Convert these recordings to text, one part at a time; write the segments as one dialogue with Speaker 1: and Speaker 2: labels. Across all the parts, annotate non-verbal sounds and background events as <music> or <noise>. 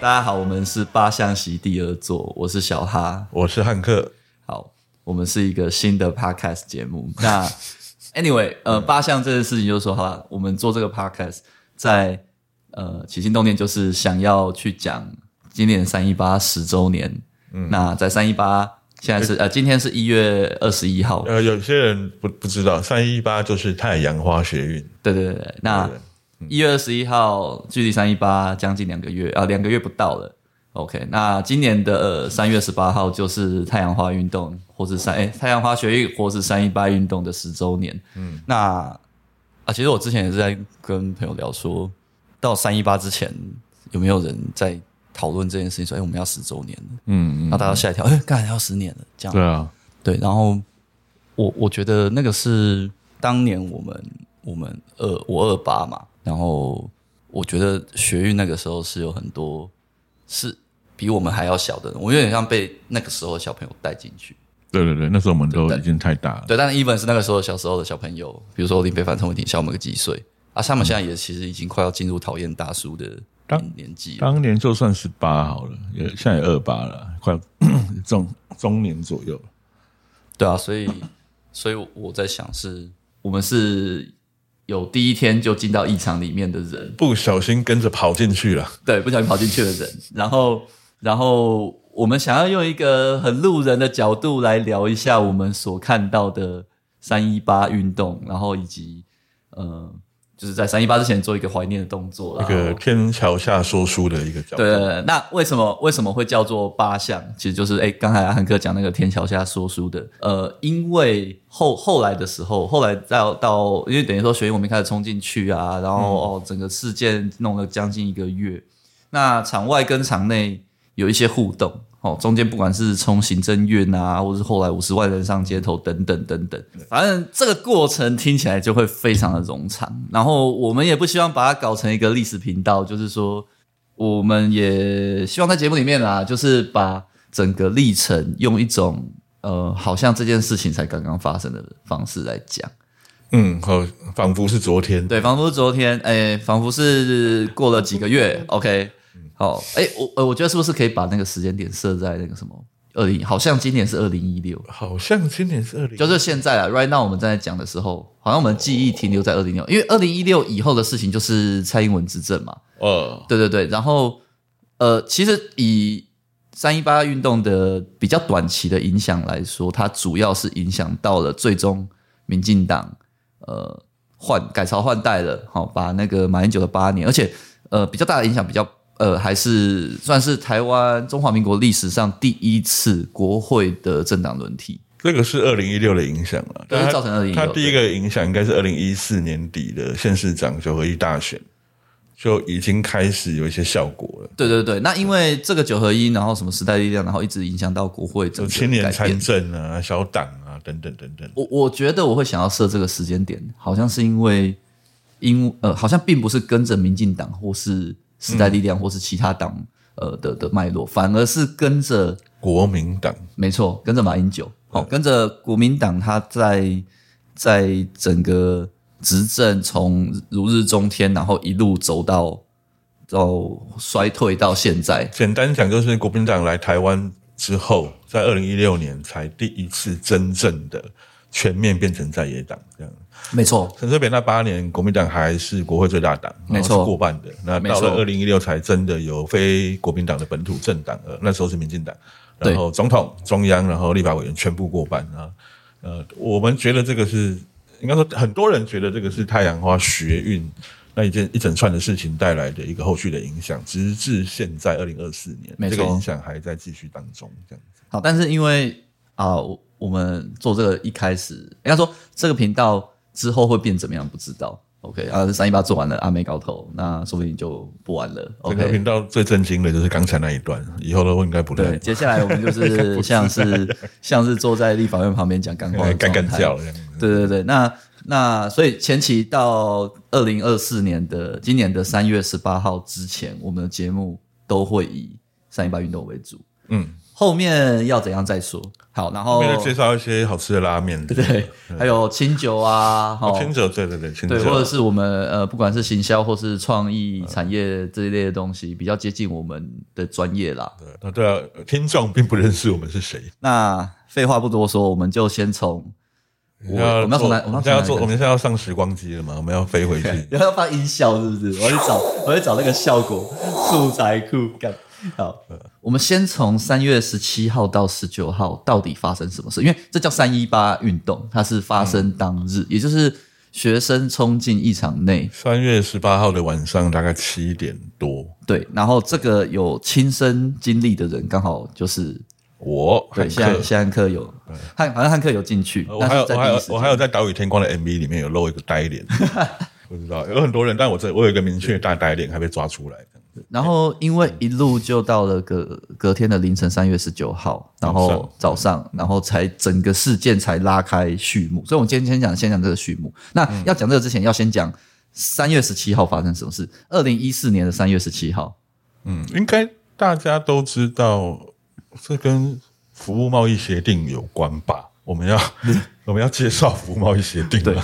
Speaker 1: 大家好，我们是八象席第二座，我是小哈。
Speaker 2: 我是汉克，
Speaker 1: 好，我们是一个新的 podcast 节目。 <laughs> 那 anyway，呃，八项这件事情就是说，好了，我们做这个 podcast，在呃起心动念就是想要去讲今年三一八十周年。嗯，那在三一八现在是呃，今天是一月二十一号。
Speaker 2: 呃，有些人不不知道，三一八就是太阳花学运，
Speaker 1: 对对对对，那
Speaker 2: 对
Speaker 1: 一月二十一号距离三一八将近两个月啊，两个月不到了。OK，那今年的三、3月十呃八号就是太阳花运动，或是三哎、太阳花学运，或是三一八运动的十周年。嗯，那啊，其实我之前也是在跟朋友聊说，到三一八之前有没有人在讨论这件事情说哎、我们要十周年了，
Speaker 2: 嗯
Speaker 1: 然后大家吓一跳，哎、干要十年了，这样。
Speaker 2: 啊，
Speaker 1: 对，然后我我觉得那个是当年我们我们二我二八嘛，然后我觉得学运那个时候是有很多是比我们还要小的人，我有点像被那个时候的小朋友带进去。
Speaker 2: 对对对，那时候我们都
Speaker 1: 对
Speaker 2: 已经太大了，
Speaker 1: 对，但是 even 是那个时候小时候的小朋友，比如说林北反陈伟霆小我们个几岁啊，他们现在也其实已经快要进入讨厌大叔的
Speaker 2: 当
Speaker 1: 年年纪了。
Speaker 2: 当年就算十八好了，也现在也二八了，快 <coughs> 中中年左右了，
Speaker 1: 对啊，所以所以我在想是，我们是有第一天就进到异常里面的人，
Speaker 2: 不小心跟着跑进去了，
Speaker 1: <laughs> 对，不小心跑进去的人。然后，然后我们想要用一个很路人的角度来聊一下我们所看到的三一八运动，然后以及呃，就是在三一八之前做一个怀念的动作啦。
Speaker 2: 一个天桥下说书的一个角度，
Speaker 1: 对对对，那为什么为什么会叫做八项？其实就是哎，刚才阿汉哥讲那个天桥下说书的，呃，因为后后来的时候，后来到到，因为等于说学运我们开始冲进去啊，然后、
Speaker 2: 嗯
Speaker 1: 哦，整个事件弄了将近一个月，那场外跟场内有一些互动哦，中间不管是冲行政院啊，或是后来五十万人上街头等等等等，反正这个过程听起来就会非常的冗长。然后我们也不希望把它搞成一个历史频道，就是说我们也希望在节目里面啦，就是把整个历程用一种呃，好像这件事情才刚刚发生的方式来讲。
Speaker 2: 嗯，好，仿佛是昨天，
Speaker 1: 对，仿佛昨天，哎，仿佛是过了几个月。OK，好，哎，我呃，我觉得是不是可以把那个时间点设在那个什么二零，好像今年是二零一六，
Speaker 2: 好像今年是二零，
Speaker 1: 就是现在啊，right now 我们正在讲的时候，好像我们记忆停留在二零六，因为二零一六以后的事情就是蔡英文执政嘛，
Speaker 2: 呃，
Speaker 1: 对对对，然后呃，其实以三一八运动的比较短期的影响来说，它主要是影响到了最终民进党呃换改朝换代了，好、把那个马英九的八年，而且呃比较大的影响比较呃还是算是台湾中华民国历史上第一次国会的政党轮替。
Speaker 2: 这个是二零一六的影响了，
Speaker 1: 对
Speaker 2: 但它
Speaker 1: 造成2016
Speaker 2: 它第一个影响应该是二零一四年底的县市长九合一大选，就已经开始有一些效果了。
Speaker 1: 对对对，那因为这个九合一，然后什么时代力量，然后一直影响到国会整
Speaker 2: 有
Speaker 1: 个
Speaker 2: 青年
Speaker 1: 改变
Speaker 2: 参政啊、小党啊等等等等。
Speaker 1: 我我觉得我会想要设这个时间点，好像是因为因呃，好像并不是跟着民进党或是时代力量或是其他党呃的的脉络，反而是跟着
Speaker 2: 国民党
Speaker 1: 没错，跟着马英九，好、跟着国民党他在在整个执政从如日中天，然后一路走到到衰退到现在，
Speaker 2: 简单讲就是国民党来台湾之后，在二零一六年才第一次真正的全面变成在野党这样。
Speaker 1: 没错，
Speaker 2: 陈水扁那八年，国民党还是国会最大党，
Speaker 1: 没错
Speaker 2: 然后是过半的。那到了
Speaker 1: 没错
Speaker 2: 二零一六才真的有非国民党的本土政党，呃，那时候是民进党，
Speaker 1: 对
Speaker 2: 然后总统、中央，然后立法委员全部过半啊。呃，我们觉得这个是应该说很多人觉得这个是太阳花学运那一件一整串的事情带来的一个后续的影响，直至现在二零二四年，
Speaker 1: 没错
Speaker 2: 这个影响还在继续当中，这样子。
Speaker 1: 好，但是因为啊、我我们做这个一开始，应该说这个频道之后会变怎么样不知道。OK 啊，三一八做完了，阿妹搞头，那说不定就不玩了。
Speaker 2: 整个
Speaker 1: OK，
Speaker 2: 频道最震惊的就是刚才那一段，以后都应该不
Speaker 1: 对，
Speaker 2: 太
Speaker 1: 接下来我们就
Speaker 2: <laughs>
Speaker 1: 是像是像是坐在立法院旁边讲干话的
Speaker 2: 哎干干
Speaker 1: 状态
Speaker 2: 叫了这样子。
Speaker 1: 对对对，那那所以前期到二零二四年的今年的三月十八号之前，我们的节目都会以三一八运动为主。
Speaker 2: 嗯，
Speaker 1: 后面要怎样再说。好，然后
Speaker 2: 后面就介绍一些好吃的拉面，
Speaker 1: 哦对，还有清酒啊，哈、
Speaker 2: 哦，清酒，对对对，清酒
Speaker 1: 对，，或者是我们呃，不管是行销或是创意产业这一类的东西，比较接近我们的专业啦。
Speaker 2: 对啊对啊，听众并不认识我们是谁，
Speaker 1: 那废话不多说，我们就先从我我们要从哪？
Speaker 2: 我
Speaker 1: 要从
Speaker 2: 们现在
Speaker 1: 哪
Speaker 2: 要
Speaker 1: 里
Speaker 2: 做，我
Speaker 1: 开
Speaker 2: 们
Speaker 1: <laughs>
Speaker 2: 现在要上时光机了嘛？我们要飞回去
Speaker 1: 始？。然后要放音效是不是？我要去找， <laughs> 我要去找那个效果素材库干。好，
Speaker 2: 呃
Speaker 1: 我们先从三月十七号到十九号到底发生什么事？因为这叫三一八运动，它是发生当日，也就是学生冲进一场内，
Speaker 2: 三月十八号的晚上大概七点多，
Speaker 1: 对，然后这个有亲身经历的人，刚好就是
Speaker 2: 我
Speaker 1: 对，
Speaker 2: 汉
Speaker 1: 现在
Speaker 2: 克，
Speaker 1: 现在克有汉，好像汉克有进去，
Speaker 2: 呃我
Speaker 1: 但
Speaker 2: 还有
Speaker 1: 是在
Speaker 2: 我还
Speaker 1: 第一
Speaker 2: 有
Speaker 1: 时
Speaker 2: 我还有
Speaker 1: 间。
Speaker 2: 在《岛屿天光》的 MV 里面有露一个呆
Speaker 1: <laughs>
Speaker 2: 脸，不知道有很多人，但我这我有一个明确的大呆脸还被抓出来，
Speaker 1: 然后因为一路就到了隔隔天的凌晨三月十九号，然后早上，然后才整个事件才拉开序幕。所以，我们今天先讲先讲这个序幕。那
Speaker 2: 嗯
Speaker 1: 要讲这个之前，要先讲三月十七号发生什么事。二零一四年的三月十七号，
Speaker 2: 嗯，应该大家都知道，这跟服务贸易协定有关吧？我们要
Speaker 1: 嗯
Speaker 2: <laughs> 我们要介绍服务贸易协定了。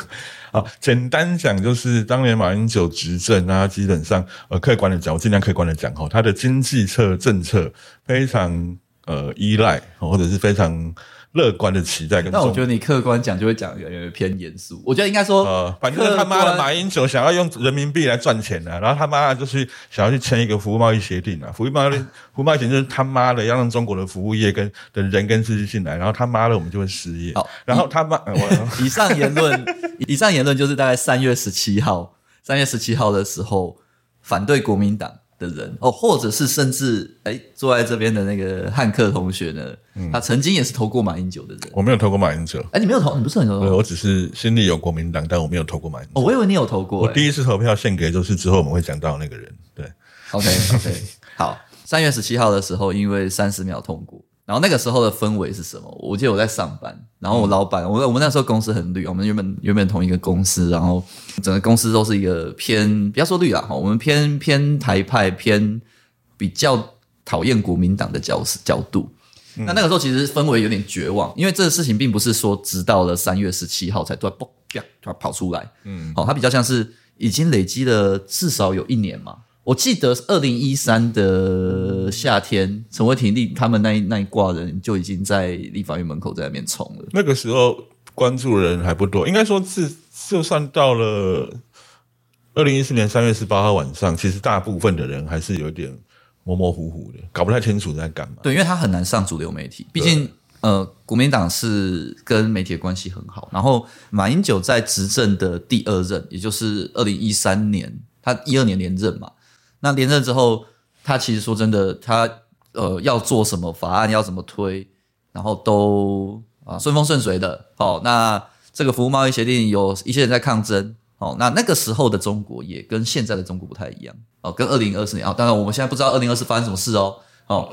Speaker 2: 好，简单讲就是当年马英九执政啊，基本上呃客观的讲，我尽量客观的讲哈，他的经济策政策非常呃依赖，或者是非常乐观的期待跟
Speaker 1: 那我
Speaker 2: 重
Speaker 1: 觉得你客观讲就会讲有点偏严肃。我觉得应该说，
Speaker 2: 呃，反正他妈
Speaker 1: 客
Speaker 2: 的
Speaker 1: 观
Speaker 2: 马英九想要用人民币来赚钱啊，然后他妈的就是想要去签一个服务贸易协定啊，服务贸易服务贸易协定就是他妈的要让中国的服务业跟的人跟世界进来，然后他妈的我们就会失业
Speaker 1: 好，
Speaker 2: 然
Speaker 1: <laughs>
Speaker 2: 后他妈、呃我
Speaker 1: 以上言论，以上言论就是大概三月十七号，三月十七号的时候，反对国民党的人哦，或者是甚至哎、坐在这边的那个汉克同学呢，他曾经也是投过马英九的人。
Speaker 2: 我没有投过马英九，
Speaker 1: 哎、你没有投，你不是很有投
Speaker 2: 对我只是心里有国民党，但我没有投过马英九。
Speaker 1: 哦，我以为你有投过、
Speaker 2: 我
Speaker 1: 哎
Speaker 2: 第一次投票献给就是之后我们会讲到那个人，对，
Speaker 1: OK OK，好， <laughs> 三月十七号的时候，因为三十秒通过，然后那个时候的氛围是什么？我记得我在上班，然后我老板，我我们那时候公司很绿，我们原本原本同一个公司，然后整个公司都是一个偏不要说绿啦，哈我们偏偏台派偏比较讨厌国民党的角角度。那那个时候其实氛围有点绝望，因为这个事情并不是说直到了三月十七号才突然嘣啪突然跑出来，嗯，好、它比较像是已经累积了至少有一年嘛。我记得二零一三的夏天，陈伟霆立他们那一那一挂人就已经在立法院门口在那边冲了。
Speaker 2: 那个时候关注的人还不多，应该说自就算到了二零一四年三月十八号晚上，其实大部分的人还是有点模模糊糊的，搞不太清楚在干嘛。
Speaker 1: 对，因为他很难上主流媒体，毕竟呃，国民党是跟媒体的关系很好。然后马英九在执政的第二任，也就是二零一三年，他一二年连任嘛。那连任之后，他其实说真的，他呃要做什么法案，要怎么推，然后都啊顺风顺水的。哦，那这个服务贸易协定有一些人在抗争。哦，那那个时候的中国也跟现在的中国不太一样哦，跟二零二四年哦，当然我们现在不知道二零二四发生什么事哦。哦，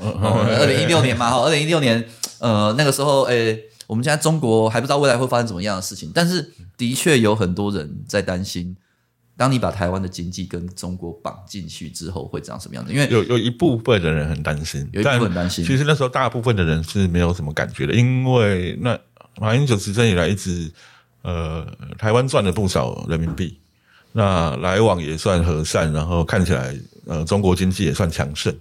Speaker 1: 二零一六年嘛，哈，哦二零一六年，呃，那个时候，诶、我们现在中国还不知道未来会发生怎么样的事情，但是的确有很多人在担心，当你把台湾的经济跟中国绑进去之后会长什么样子？因为
Speaker 2: 有有一部分的人很担心，
Speaker 1: 有一部分
Speaker 2: 但
Speaker 1: 很担心
Speaker 2: 其实那时候大部分的人是没有什么感觉的，因为那马英九执政以来一直，呃，台湾赚了不少人民币，那来往也算和善，然后看起来呃中国经济也算强盛，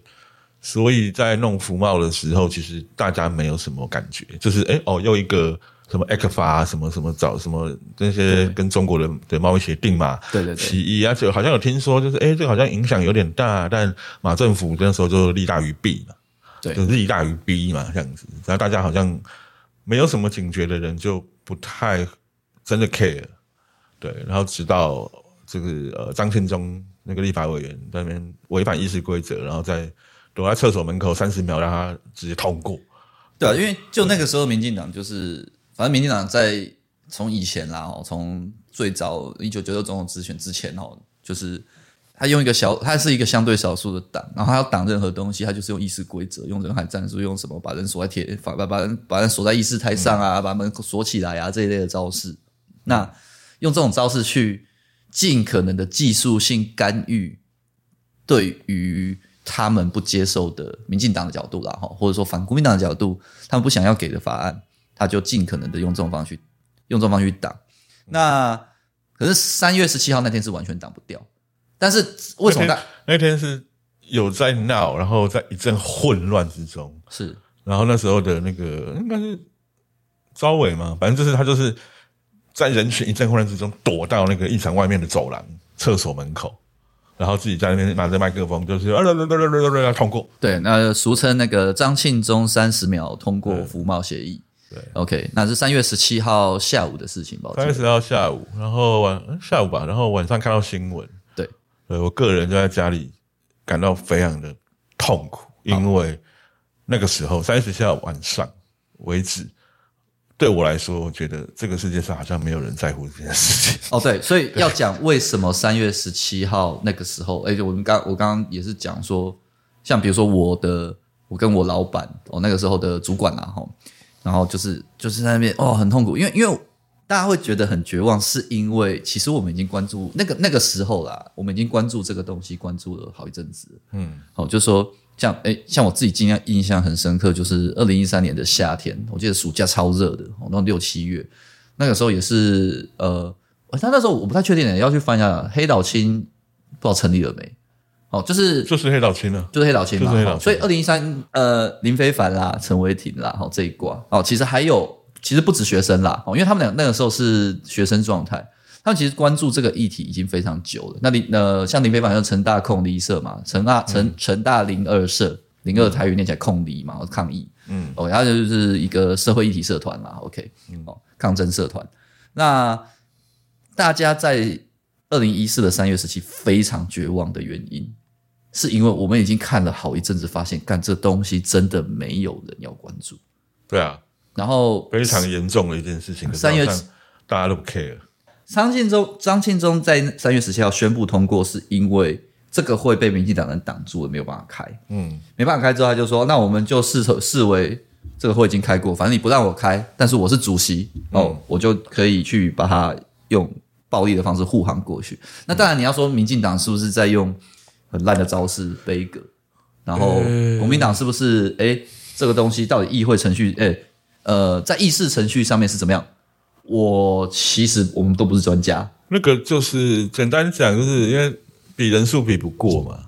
Speaker 2: 所以在弄服贸的时候，其实大家没有什么感觉，就是哎哦又一个。什么 ECFA 啊什么什么找什么那些跟中国的的贸易协定嘛，
Speaker 1: 对对对
Speaker 2: 其一啊，就好像有听说，就是哎，诶这个好像影响有点大，但马政府那时候就利大于弊嘛，
Speaker 1: 对
Speaker 2: 就利大于弊嘛，这样子。然后大家好像没有什么警觉的人，就不太真的 care，对。然后直到这个呃张献忠那个立法委员在那边违反议事规则，然后在躲在厕所门口三十秒，让他直接通过。
Speaker 1: 对啊，因为就那个时候，民进党就是，反正民进党在从以前啦，哦，从最早一九九六总统直选之前哦，就是他用一个小，他是一个相对少数的党，然后他要挡任何东西，他就是用议事规则，用人海战术，用什么把人锁在铁，把把把人把人锁在议事台上啊，把门锁起来啊这一类的招式。那用这种招式去尽可能的技术性干预对于他们不接受的民进党的角度啦，哈，或者说反国民党的角度，他们不想要给的法案，他就尽可能的用这种方式去用这种方式去挡。那可是三月十七号那天是完全挡不掉，但是为什么大
Speaker 2: 那天是有在闹，然后在一阵混乱之中，
Speaker 1: 是
Speaker 2: 然后那时候的那个应该是招委嘛，反正就是他就是在人群一阵混乱之中躲到那个议场外面的走廊、厕所门口，然后自己在那边拿着麦克风，就是啊啦啦啦啦啦啦啦通过。
Speaker 1: 对，那俗称那个张庆忠三十秒通过服贸协议。
Speaker 2: 对
Speaker 1: ，OK，那是三月十七号下午的事情吧？我记
Speaker 2: 三
Speaker 1: 得
Speaker 2: 月十号下午，然后晚嗯下午吧，然后晚上看到新闻，
Speaker 1: 对，
Speaker 2: 对我个人就在家里感到非常的痛苦，因为那个时候三十号晚上为止，对我来说，我觉得这个世界上好像没有人在乎这件事情。 <laughs>
Speaker 1: 哦，对，所以要讲为什么三月十七号那个时候，哎，我们刚我刚刚也是讲说，像比如说我的，我跟我老板，我、那个时候的主管啊，吼，然后就是就是在那边哦，很痛苦，因为因为大家会觉得很绝望，是因为其实我们已经关注那个那个时候啦，我们已经关注这个东西，关注了好一阵子，
Speaker 2: 嗯，
Speaker 1: 哦，就说像诶，像我自己印象印象很深刻，就是二零一三年的夏天，我记得暑假超热的，哦，那六七月那个时候也是呃，他那时候我不太确定诶，要去翻一下黑岛青不知道成立了没？哦，就是
Speaker 2: 就是黑岛青了，
Speaker 1: 就是黑岛青嘛，
Speaker 2: 就是黑岛青
Speaker 1: 哦所以二零一三呃，林非凡啦、陈伟霆啦，哦这一挂哦，其实还有其实不止学生啦，哦，因为他们俩那个时候是学生状态。他们其实关注这个议题已经非常久了。那林呃，像林非凡就成大控离社嘛，成
Speaker 2: 嗯
Speaker 1: 大成成大零二社，零二台语念起来控离嘛，抗议。
Speaker 2: 嗯，
Speaker 1: 哦，它就是一个社会议题社团啦，OK，哦，抗争社团。那大家在二零一四的三月十七非常绝望的原因，是因为我们已经看了好一阵子，发现干这东西真的没有人要关注。
Speaker 2: 对啊，
Speaker 1: 然后
Speaker 2: 非常严重的一件事情。可是
Speaker 1: 三月
Speaker 2: 好像大家都不 care，
Speaker 1: 张庆忠，张庆忠在三月十七号宣布通过，是因为这个会被民进党人挡住了，没有办法开。
Speaker 2: 嗯，
Speaker 1: 没办法开之后，他就说：“那我们就视视为这个会已经开过，反正你不让我开，但是我是主席哦，
Speaker 2: 嗯
Speaker 1: 我就可以去把它用暴力的方式护航过去。”那当然，你要说民进党是不是在用很烂的招式背梗，然后
Speaker 2: 呃
Speaker 1: 国民党是不是诶、这个东西到底议会程序诶、呃在议事程序上面是怎么样？我其实我们都不是专家，
Speaker 2: 那个就是简单讲，就是因为比人数比不过嘛，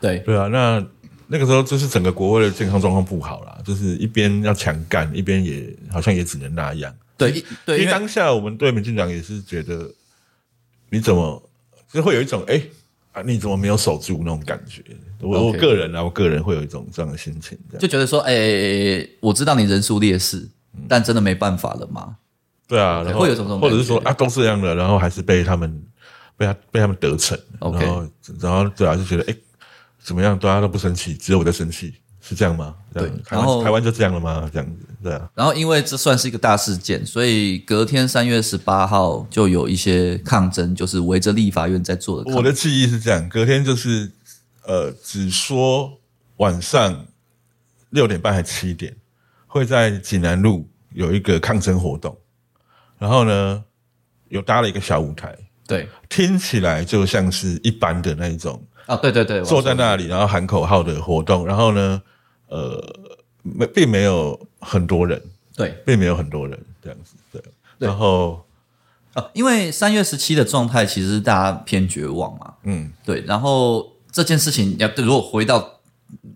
Speaker 1: 对
Speaker 2: 对啊，那那个时候就是整个国会的健康状况不好啦，就是一边要强干，一边也好像也只能那样。
Speaker 1: 对一对，
Speaker 2: 因
Speaker 1: 因
Speaker 2: 为
Speaker 1: 为
Speaker 2: 当下我们对民进党也是觉得，你怎么就会有一种哎、啊，你怎么没有守住那种感觉？我
Speaker 1: OK
Speaker 2: 我个人啊，我个人会有一种这样的心情，这样
Speaker 1: 就觉得说，哎、我知道你人数劣势，
Speaker 2: 嗯
Speaker 1: 但真的没办法了吗？
Speaker 2: 对啊，然后
Speaker 1: 会有一种这种
Speaker 2: 或者是说
Speaker 1: 感觉
Speaker 2: 啊，都这样了，然后还是被他们被他被他们得逞
Speaker 1: OK
Speaker 2: 然后然后对啊，就觉得哎、怎么样，大家都不生气，只有我在生气，是这样吗？这样
Speaker 1: 对
Speaker 2: 台
Speaker 1: 然后
Speaker 2: 湾台湾就这样了吗？这样子，对啊。
Speaker 1: 然后因为这算是一个大事件，所以隔天三月十八号就有一些抗争，就是围着立法院在做的抗
Speaker 2: 我的记忆是这样，隔天就是呃，只说晚上六点半还七点会在济南路有一个抗争活动，然后呢有搭了一个小舞台，
Speaker 1: 对
Speaker 2: 听起来就像是一般的那一种
Speaker 1: 啊，对对对，
Speaker 2: 坐在
Speaker 1: 我
Speaker 2: 那里然后喊口号的活动，然后呢呃没并没有很多人，
Speaker 1: 说对
Speaker 2: 并没有很多人这样子，对，然后
Speaker 1: 啊，因为三月十七的状态其实大家偏绝望嘛，
Speaker 2: 嗯
Speaker 1: 对，然后这件事情要如果回到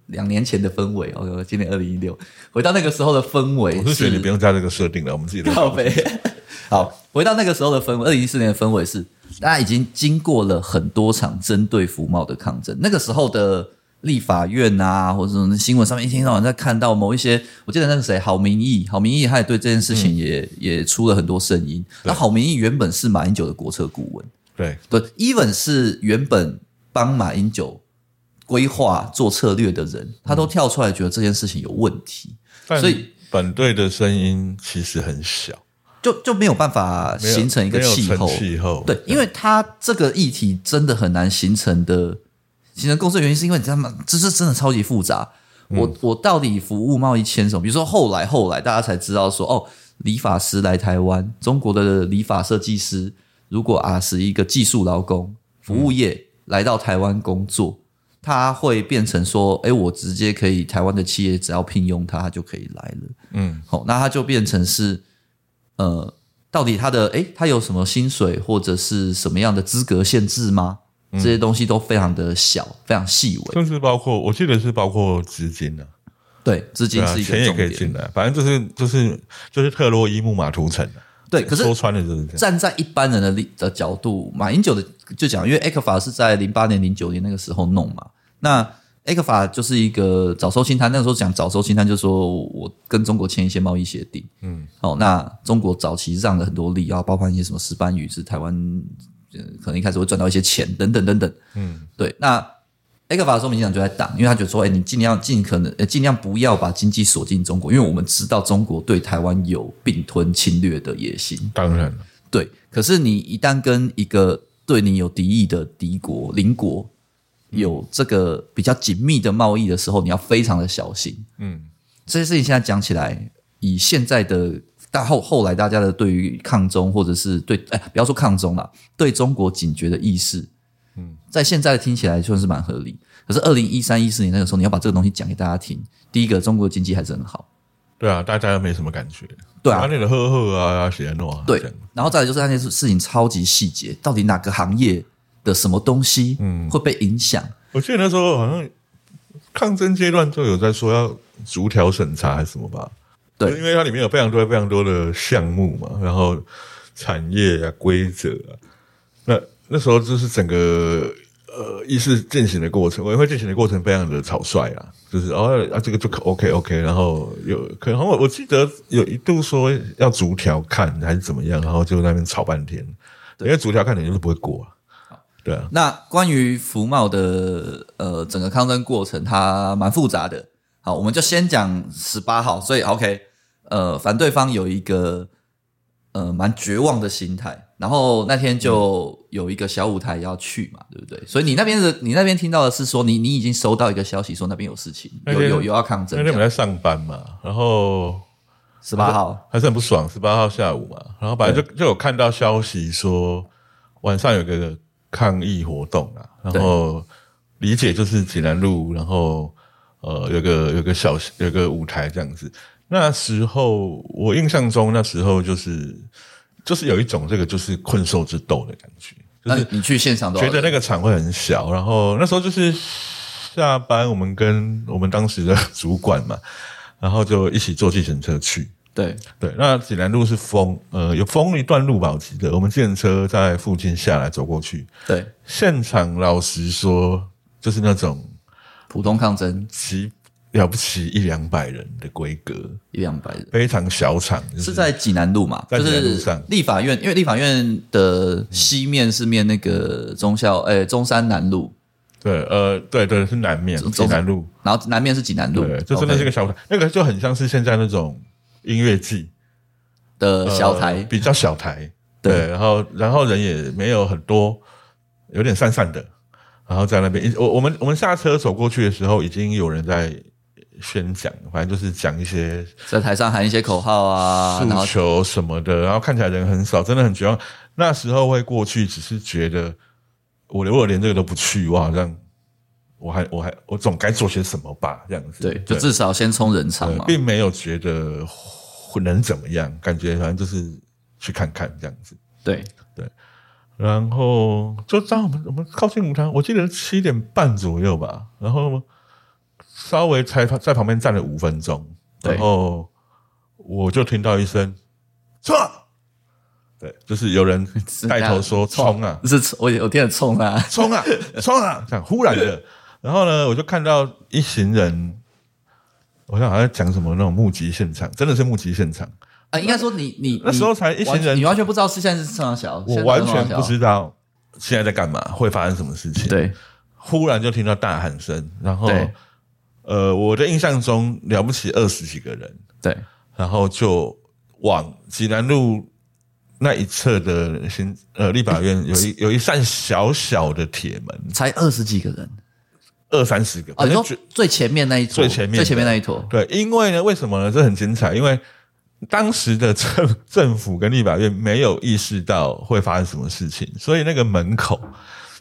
Speaker 1: 两年前的氛围哦，今年二零一六，回到那个时候的氛围，
Speaker 2: 我是觉得你不用加这个设定了，我们自己 <laughs> 的
Speaker 1: 靠背。 <laughs> 好，回到那个时候的氛围，二零一四年的氛围是，大家已经经过了很多场针对服贸的抗争。那个时候的立法院啊，或者什么新闻上面一天到晚在看到某一些，我记得那个谁，郝明义，郝明义他也对这件事情也、也出了很多声音。那郝明义原本是马英九的国策顾问，
Speaker 2: 对
Speaker 1: 对，even 是原本帮马英九规划做策略的人，他都跳出来觉得这件事情有问题。
Speaker 2: 但
Speaker 1: 所以
Speaker 2: 反对的声音其实很小，
Speaker 1: 就就没有办法
Speaker 2: 没有
Speaker 1: 形成一个
Speaker 2: 没有
Speaker 1: 气
Speaker 2: 成
Speaker 1: 候，
Speaker 2: 气候嗯
Speaker 1: 对，因为它这个议题真的很难形成的，形成共识的原因是因为你知道吗？这是真的超级复杂。
Speaker 2: 嗯
Speaker 1: 我、我到底服务贸易牵手，比如说后来后来大家才知道说，哦，理发师来台湾，中国的理发设计师如果啊是一个技术劳工服务业、来到台湾工作，它会变成说，哎，我直接可以台湾的企业只要聘用它，它就可以来了。
Speaker 2: 嗯，
Speaker 1: 好、那它就变成是，呃，到底它的哎，它有什么薪水或者是什么样的资格限制吗？
Speaker 2: 嗯
Speaker 1: 这些东西都非常的小，非常细微。
Speaker 2: 甚至包括我记得是包括资金的、啊，
Speaker 1: 对，资金
Speaker 2: 对啊，
Speaker 1: 是一
Speaker 2: 钱
Speaker 1: 个
Speaker 2: 也
Speaker 1: 重
Speaker 2: 可以
Speaker 1: 点。
Speaker 2: 进来，反正就是就是就是特洛伊木马屠城啊、
Speaker 1: 对，可是
Speaker 2: 说穿了就是这样。
Speaker 1: 站在一般人的立的角度，马英九的就讲，因为 A 克法是在零八年、零九年那个时候弄嘛，那 A 克法就是一个早收清单，那个时候讲早收清单，就是说我跟中国签一些贸易协定，
Speaker 2: 嗯，
Speaker 1: 哦，那中国早期让了很多利，然后包括一些什么石斑鱼是台湾，呃，可能一开始会赚到一些钱等等等等，
Speaker 2: 嗯，
Speaker 1: 对，那 A 克法的时候，民进党就在挡，因为他觉得说，哎、你尽量尽可能，呃，尽量不要把经济锁进中国，因为我们知道中国对台湾有并吞侵略的野心，
Speaker 2: 当然了，
Speaker 1: 对，可是你一旦跟一个对你有敌意的敌国邻国有这个比较紧密的贸易的时候，你要非常的小心。
Speaker 2: 嗯，
Speaker 1: 这些事情现在讲起来，以现在的大后后来大家的对于抗中或者是对哎，不要说抗中啦，对中国警觉的意识，嗯
Speaker 2: 嗯，
Speaker 1: 在现在听起来算是蛮合理。可是二零一三一四年那个时候，你要把这个东西讲给大家听，第一个，中国经济还是很好，
Speaker 2: 对啊，大家没什么感觉，
Speaker 1: 对啊
Speaker 2: 那个呵呵啊，写诺啊，
Speaker 1: 对
Speaker 2: 这样，
Speaker 1: 然后再来就是那件事情超级细节，到底哪个行业的什么东西
Speaker 2: 嗯
Speaker 1: 会被影响？
Speaker 2: 我记得那时候好像抗争阶段就有在说要逐条审查还是什么吧？
Speaker 1: 对
Speaker 2: 因为它里面有非常多非常多的项目嘛，然后产业啊、规则啊，那那时候就是整个呃意识进行的过程，委员会进行的过程非常的草率啊，就是哦啊这个就可 OK OK，然后有可能我我记得有一度说要逐条看还是怎么样，然后就在那边吵半天，因为逐条看肯定是不会过啊，对啊，
Speaker 1: 那关于服贸的呃整个抗争过程，它蛮复杂的。好，我们就先讲十八号。所以 OK，呃，反对方有一个呃蛮绝望的心态，然后那天
Speaker 2: 嗯
Speaker 1: 就有一个小舞台要去嘛，对不对？所以你那边的你那边听到的是说，你你已经收到一个消息说那边有事情，
Speaker 2: 那
Speaker 1: 有
Speaker 2: 天
Speaker 1: 有有要抗争
Speaker 2: 那天我们在上班嘛，然后
Speaker 1: 十八号，
Speaker 2: 还是很不爽。十八号下午嘛，然后本来就就有看到消息说晚上有个抗议活动啊，然后理解就是济南路，然后呃有个有个小有个舞台这样子。那时候我印象中，那时候就是就是有一种这个就是困兽之斗的感觉，就
Speaker 1: 那
Speaker 2: 是
Speaker 1: 你你去现场多少
Speaker 2: 觉
Speaker 1: 人
Speaker 2: 得那个场会很小，然后那时候就是下班，我们跟我们当时的主管嘛，然后就一起坐计程车去。
Speaker 1: 对
Speaker 2: 对，那济南路是封，呃，有封一段路吧，我记得。我们计程车在附近下来走过去，
Speaker 1: 对
Speaker 2: 现场老实说，就是那种
Speaker 1: 普通抗争
Speaker 2: 起了不起一两百人的规格，
Speaker 1: 一两百人。
Speaker 2: 非常小场，就是
Speaker 1: 在济南路嘛，
Speaker 2: 嗯在
Speaker 1: 就
Speaker 2: 济南路
Speaker 1: 是
Speaker 2: 上
Speaker 1: 立法院，因为立法院的西面是面那个中校，诶、中山南路，
Speaker 2: 对，呃，对对，是南面
Speaker 1: 中
Speaker 2: 济南路，
Speaker 1: 然后南面是济南路
Speaker 2: 对，，这真的是个
Speaker 1: OK，
Speaker 2: 小场，那个就很像是现在那种音乐季，
Speaker 1: 的小
Speaker 2: 呃
Speaker 1: 台，
Speaker 2: 比较小台，
Speaker 1: 对
Speaker 2: 对，然后然后人也没有很多，有点散散的，然后在那边，一我我们我们下车走过去的时候，已经有人在宣讲，反正就是讲一些
Speaker 1: 在台上喊一些口号啊，然
Speaker 2: 诉
Speaker 1: 后
Speaker 2: 求什么的，然后看起来人很少，真的很绝望。那时候会过去，只是觉得我如果连这个都不去，我好像我还我还我总该做些什么吧，这样子，
Speaker 1: 对，就至少先冲人场
Speaker 2: 呃
Speaker 1: 嘛，
Speaker 2: 并没有觉得会能怎么样，感觉反正就是去看看这样子。
Speaker 1: 对，
Speaker 2: 然后就当我们我们靠近舞台，我记得七点半左右吧，然后稍微才在旁边站了五分钟，
Speaker 1: 对
Speaker 2: 然后我就听到一声“冲啊”，对，就是有人带头说“冲啊，
Speaker 1: 是我我听得冲
Speaker 2: <laughs>
Speaker 1: 啊，
Speaker 2: 冲啊，冲啊”，这样忽然的，然后呢，我就看到一行人，我想好像在讲什么那种目击现场，真的是目击现场，
Speaker 1: 啊，应该说你你
Speaker 2: 那时候才一群
Speaker 1: 完
Speaker 2: 人
Speaker 1: 你完全不知道是现在是冲小，
Speaker 2: 我
Speaker 1: 现在是
Speaker 2: 完
Speaker 1: 冲
Speaker 2: 全
Speaker 1: 小
Speaker 2: 不知道现在在干嘛，会发生什么事情，。
Speaker 1: 对
Speaker 2: 忽然就听到大喊声，然后
Speaker 1: 对
Speaker 2: 呃，我的印象中了不起二十几个人，
Speaker 1: 对
Speaker 2: 然后就往济南路那一侧的新呃立法院有一 <laughs> 有一扇小小的铁门，
Speaker 1: 才二十几个人
Speaker 2: 二三十个，
Speaker 1: 啊，
Speaker 2: 反
Speaker 1: 你
Speaker 2: 正
Speaker 1: 说
Speaker 2: 就
Speaker 1: 最前面那一坨，
Speaker 2: 最前面
Speaker 1: 最前面
Speaker 2: 的
Speaker 1: 那一坨，
Speaker 2: 对，因为呢，为什么呢？这很精彩，因为当时的政 <laughs> 政府跟立法院没有意识到会发生什么事情，所以那个门口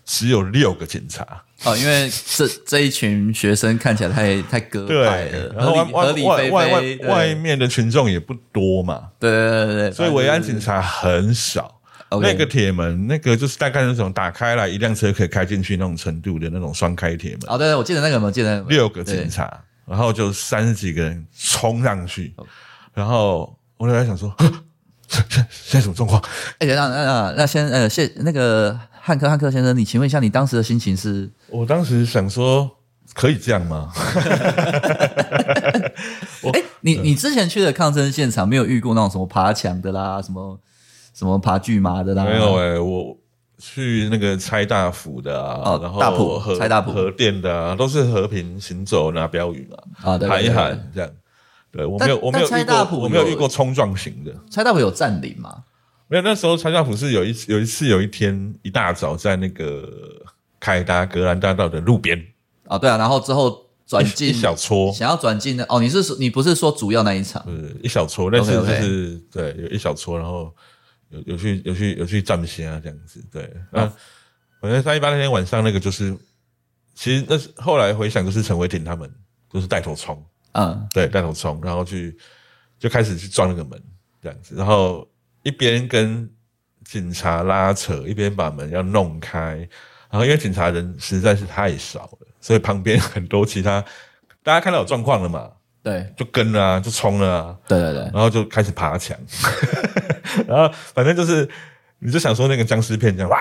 Speaker 2: 只有六个警察，
Speaker 1: 哦，因为这这一群学生看起来太太割
Speaker 2: 对
Speaker 1: 派了，，
Speaker 2: 然后
Speaker 1: 合理合
Speaker 2: 外
Speaker 1: 理非
Speaker 2: 外外外
Speaker 1: 非，对
Speaker 2: 外面的群众也不多嘛，
Speaker 1: 对对对对，
Speaker 2: 所以维安警察很少。
Speaker 1: OK
Speaker 2: 那个铁门，那个就是大概那种打开来一辆车可以开进去那种程度的那种双开铁门，
Speaker 1: 哦，对对，我记得那个，我记得那
Speaker 2: 六个
Speaker 1: 对哦
Speaker 2: 警察，然后就三十几个人冲上去，然后我就在想说， <laughs> 啊现现现在什么状况？
Speaker 1: 哎、那那那那先呃，谢那个汉克汉克先生，你请问一下，你当时的心情是？
Speaker 2: 我当时想说，可以这样吗？
Speaker 1: 哎、你你之前去的抗争现场没有遇过那种什么爬墙的啦，什么什么爬巨麻的啦？
Speaker 2: 没有哎、我去那个拆大埔的啊，
Speaker 1: 哦
Speaker 2: 然
Speaker 1: 大埔
Speaker 2: 后核
Speaker 1: 拆大埔
Speaker 2: 核电的啊，都是和平行走拿标语嘛，
Speaker 1: 啊，对对
Speaker 2: 喊一
Speaker 1: 对
Speaker 2: 喊这样。对我
Speaker 1: 但
Speaker 2: 没有，我没有
Speaker 1: 但拆
Speaker 2: 遇
Speaker 1: 大
Speaker 2: 过，
Speaker 1: 埔
Speaker 2: 我没有
Speaker 1: 有
Speaker 2: 遇过冲撞型的。
Speaker 1: 蔡大伟有占领嘛？
Speaker 2: 没有，那时候拆大埔是有一次有一次有一天一大早在那个凯达格兰大道的路边
Speaker 1: 啊，对啊，然后之后转
Speaker 2: 一
Speaker 1: 进
Speaker 2: 小撮，
Speaker 1: 想要转进的哦，你是说你不是说主要那一场？
Speaker 2: 呃，一小撮，但是就
Speaker 1: OK，OK
Speaker 2: 是对，有一小撮，然后有有去有去有去站线啊，这样子，对。那、
Speaker 1: 哦
Speaker 2: 反正三一八那天晚上那个就是，其实那是后来回想，就是陈伟霆他们就是带头冲，
Speaker 1: 嗯，
Speaker 2: 对，带头冲，然后去就开始去撞那个门，这样子，然后一边跟警察拉扯，一边把门要弄开，然后因为警察人实在是太少了，所以旁边 <laughs> 很多其他大家看到有状况了嘛，
Speaker 1: 对
Speaker 2: 就跟了啊，就冲了啊。
Speaker 1: 对对对，
Speaker 2: 然后就开始爬墙， <laughs> 然后反正就是，你就想说那个僵尸片这样哇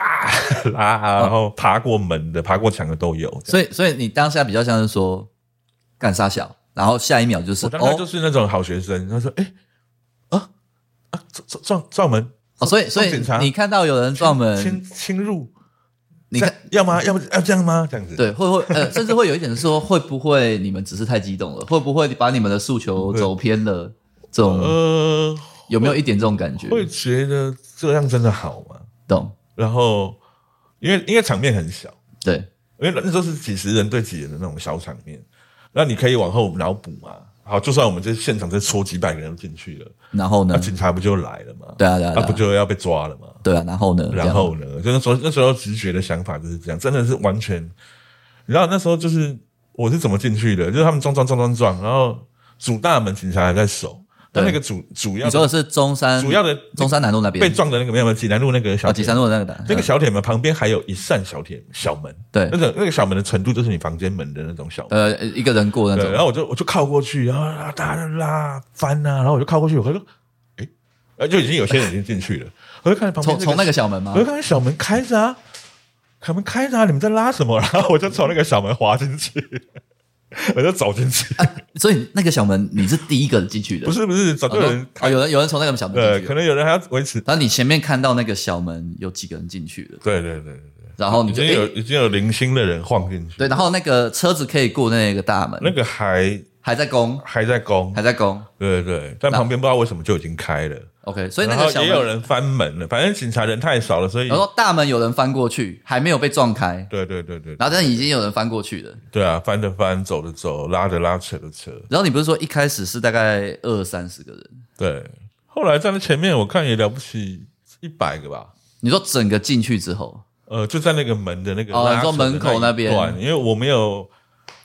Speaker 2: 拉啊，然后爬过门的、爬过墙的都有。这
Speaker 1: 所
Speaker 2: 样
Speaker 1: 以所以你当下比较像是说干啥小，然后下一秒就是
Speaker 2: 我当时
Speaker 1: 哦
Speaker 2: 就是那种好学生，他说：“哎、啊啊，撞撞撞门，
Speaker 1: 哦，所以所以
Speaker 2: 警察
Speaker 1: 你看到有人撞门，
Speaker 2: 侵侵入，
Speaker 1: 嗯你看
Speaker 2: 这样要吗？要不要这样吗？这样子。”
Speaker 1: 对，会会呃，甚至会有一点是说，会不会你们只是太激动了？会不会把你们的诉求走偏了？这种
Speaker 2: 呃，
Speaker 1: 有没有一点这种感觉？
Speaker 2: 会觉得这样真的好吗？
Speaker 1: 懂？
Speaker 2: 然后，因为因为场面很小，
Speaker 1: 对，
Speaker 2: 因为那时候是几十人对几人的那种小场面，那你可以往后脑补嘛。好，就算我们这现场再戳几百个人进去了，
Speaker 1: 然后呢
Speaker 2: 那、？警察不就来了吗？
Speaker 1: 嗯对啊，对啊，
Speaker 2: 那、
Speaker 1: 对
Speaker 2: 不
Speaker 1: 啊，
Speaker 2: 就要被抓了吗？
Speaker 1: 对啊，然后呢？这
Speaker 2: 然
Speaker 1: 样
Speaker 2: 后呢，就那时候那时候直觉的想法就是这样，真的是完全。然后那时候就是我是怎么进去的，就是他们撞撞撞撞撞，然后主大门警察还在守，但
Speaker 1: 对
Speaker 2: 那个主主要
Speaker 1: 你
Speaker 2: 的
Speaker 1: 说的是中山，
Speaker 2: 主要的
Speaker 1: 中山南路那边
Speaker 2: 被撞的那个没有没有济南路那个小
Speaker 1: 啊，
Speaker 2: 铁
Speaker 1: 吉山路那个的
Speaker 2: 那个
Speaker 1: 嗯
Speaker 2: 小铁门旁边还有一扇小铁小门，
Speaker 1: 对
Speaker 2: 那个那个小门的程度就是你房间门的那种小门。
Speaker 1: 呃一个人过那
Speaker 2: 对，然
Speaker 1: 种，
Speaker 2: 后我就我就靠过去，然后啊大家拉翻呐、啊，然后我就靠过去，我就说，诶，呃，就已经有些人已经进去了，我就看旁边
Speaker 1: 从从那
Speaker 2: 那
Speaker 1: 个小门吗
Speaker 2: 我？就看见小门开着啊，小门开着啊，你们在拉什么？然后我就从那个小门滑进去，我就走进去，
Speaker 1: <laughs> 所以那个小门你是第一个进去的，
Speaker 2: 不是不是，早就有人
Speaker 1: 哦哦，有人有人从那个小门
Speaker 2: 呃，
Speaker 1: 进去
Speaker 2: 可
Speaker 1: 了，
Speaker 2: 能有人还要维持，
Speaker 1: 然后你前面看到那个小门有几个人进去了，
Speaker 2: 对对对对对，
Speaker 1: 然后你
Speaker 2: 已
Speaker 1: 就
Speaker 2: 经有
Speaker 1: 诶
Speaker 2: 已经有零星的人晃进去，
Speaker 1: 对，然后那个车子可以过那个大
Speaker 2: 那
Speaker 1: 门，
Speaker 2: 个哦还
Speaker 1: 还在攻，
Speaker 2: 还在攻，
Speaker 1: 还在攻。
Speaker 2: 对对，但旁边不知道为什么就已经开了。
Speaker 1: OK，所以那
Speaker 2: 然
Speaker 1: 个
Speaker 2: 后
Speaker 1: 小
Speaker 2: 也有
Speaker 1: 门，
Speaker 2: 人翻门了，反正警察人太少了，所以
Speaker 1: 然后大门有人翻过去，还没有被撞开，
Speaker 2: 对对对对
Speaker 1: 然后但已经有人翻过去了。
Speaker 2: 对啊，翻的翻，走的走，拉的拉，扯的扯。
Speaker 1: 然后你不是说一开始是大概二三十个人？
Speaker 2: 对，后来站在前面，我看也了不起一百个吧。
Speaker 1: 你说整个进去之后，
Speaker 2: 呃，就在那个门的那个
Speaker 1: 哦
Speaker 2: 拉
Speaker 1: 你说
Speaker 2: 扯的
Speaker 1: 门口那
Speaker 2: 一
Speaker 1: 边
Speaker 2: 段因为我没有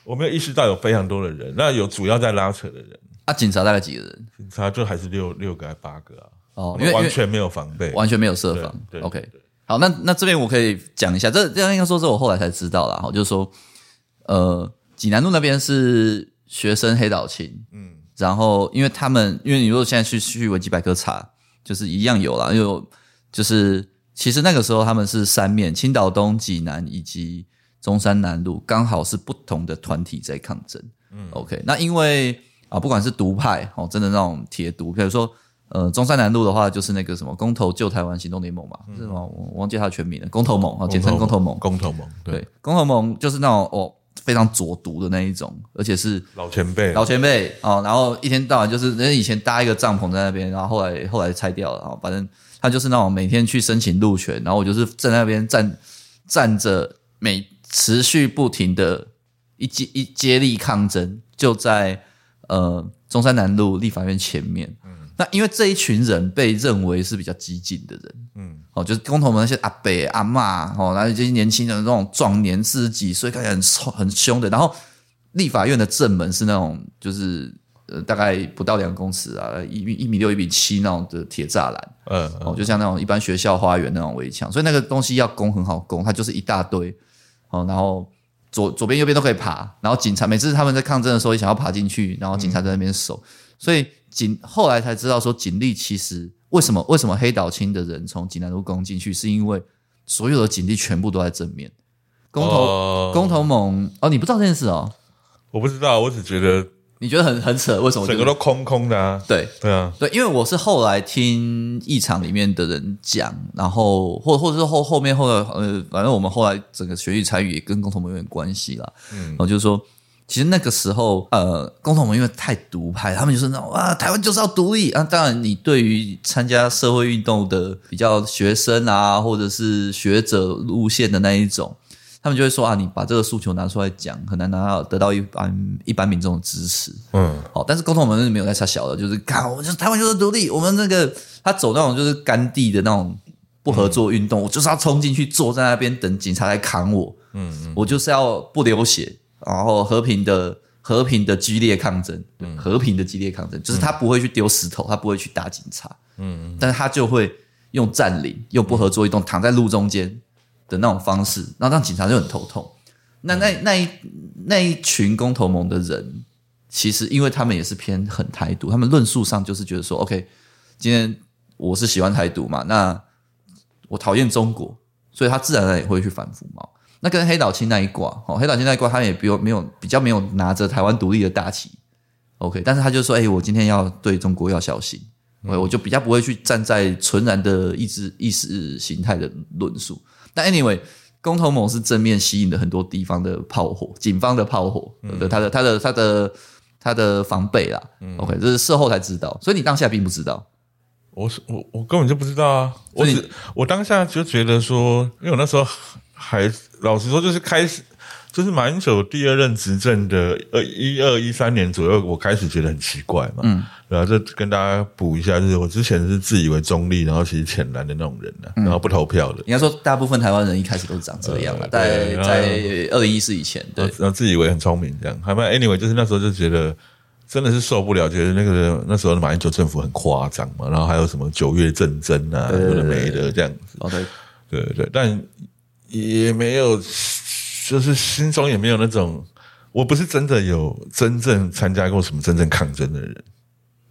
Speaker 2: 我没有意识到有非常多的人，那有主要在拉扯的人，
Speaker 1: 啊，警察大概几个人？
Speaker 2: 警察就还是六六个还八个啊，
Speaker 1: 哦
Speaker 2: 我，
Speaker 1: 因
Speaker 2: 们
Speaker 1: 为因
Speaker 2: 完
Speaker 1: 为
Speaker 2: 全没有防备。
Speaker 1: 完全没有设防
Speaker 2: 对。对
Speaker 1: OK，好，那那这边我可以讲一下，这这样应该说是我后来才知道啦。哈，就是说，呃，济南路那边是学生黑岛青，嗯，然后因为他们，因为你如果现在去去维基百科查，就是一样有啦，有就是其实那个时候他们是三面青岛东、济南以及中山南路，刚好是不同的团体在抗争。嗯，OK，那因为啊，不管是独派哦，真的那种铁独，比如说呃，中山南路的话，就是那个什么公投救台湾行动联盟嘛，是吗？我我忘记它的全名了，嗯公投盟啊，简称公投盟。
Speaker 2: 公投盟，对，
Speaker 1: 对，公投盟就是那种哦非常左独的那一种，而且是
Speaker 2: 老前辈，
Speaker 1: 老前辈哦，然后一天到晚就是人家以前搭一个帐篷在那边，然后后来后来拆掉了，哦，反正他就是那种每天去申请入选，然后我就是在那边站站着，每持续不停的一接一接力抗争，就在呃中山南路立法院前面。那因为这一群人被认为是比较激进的人，嗯，哦，就是工头们那些阿伯阿嬷哦，然后这些年轻人那种壮年四十几岁，看起来很臭很凶的。然后立法院的正门是那种就是呃大概不到两公尺啊，一米一米六一米七那种的铁栅栏，
Speaker 2: 嗯嗯
Speaker 1: 哦，就像那种一般学校花园那种围墙，所以那个东西要攻很好攻，它就是一大堆哦，然后左左边右边都可以爬，然后警察每次他们在抗争的时候也想要爬进去，然后警察
Speaker 2: 嗯
Speaker 1: 在那边守，所以警后来才知道说警力其实为什么为什么黑岛青的人从济南路攻进去，是因为所有的警力全部都在正面，公投、
Speaker 2: 哦
Speaker 1: 公投盟哦，你不知道这件事哦，
Speaker 2: 我不知道，我只觉得
Speaker 1: 你觉得很很扯，为什么？
Speaker 2: 整个都空空的啊。
Speaker 1: 对，
Speaker 2: 对啊，
Speaker 1: 对，因为我是后来听议场里面的人讲，然后或或者是后后面后来呃，反正我们后来整个学习参与也跟共同盟有点关系啦。嗯，然后就是说，其实那个时候呃，共同盟因为太独派，他们就是那种啊，台湾就是要独立啊。当然，你对于参加社会运动的比较学生啊，或者是学者路线的那一种。他们就会说啊，你把这个诉求拿出来讲，很难拿到得到一般一般民众的支持。
Speaker 2: 嗯，
Speaker 1: 好，但是公投盟是没有在插小的，就是看我们就是台湾就是独立，我们那个他走那种就是甘地的那种不合作运动，我就是要冲进去坐在那边等警察来砍我，嗯我就是要不流血，然后和平的和平的激烈抗争，对和平的激烈抗争，就是他不会去丢石头，他不会去打警察，嗯，但是他就会用占领、用不合作运动、躺在路中间的那种方式，然后让警察就很头痛。那那那一那一群公投盟的人，其实因为他们也是偏很台独，他们论述上就是觉得说，OK，今天我是喜欢台独嘛，那我讨厌中国，所以他自然而然也会去反服毛。那跟黑岛青那一挂，哦，黑岛青那一挂，他也不用没有比较没有拿着台湾独立的大旗，OK，但是他就说，哎、我今天要对中国要小心，我、我就比较不会去站在纯然的意志意识形态的论述。但 anyway，公投盟是正面吸引了很多地方的炮火，警方的炮火，
Speaker 2: 嗯
Speaker 1: 的他的他的他的他的防备啦。OK，这是事后才知道，所以你当下并不知道。
Speaker 2: 我是我我根本就不知道啊，我
Speaker 1: 所以
Speaker 2: 只我当下就觉得说，因为我那时候还老实说，就是开始就是马英九第二任执政的呃一二一三年左右，我开始觉得很奇怪嘛，嗯，然后这跟大家补一下，就是我之前是自以为中立，然后其实浅蓝的那种人呢、
Speaker 1: 嗯
Speaker 2: 啊，然后不投票的。
Speaker 1: 应该说，大部分台湾人一开始都长这样了，
Speaker 2: 呃
Speaker 1: 在
Speaker 2: 对嗯呃
Speaker 1: 在二零一四以前，对
Speaker 2: 然后，然后自以为很聪明，这样。还蛮 anyway，就是那时候就觉得真的是受不了，觉得那个那时候的马英九政府很夸张嘛，然后还有什么九月战争啊，
Speaker 1: 对对
Speaker 2: 有的
Speaker 1: 对
Speaker 2: 没的这样子。
Speaker 1: 哦对，
Speaker 2: 对对，但也没有，就是心中也没有那种，我不是真的有真正参加过什么真正抗争的人，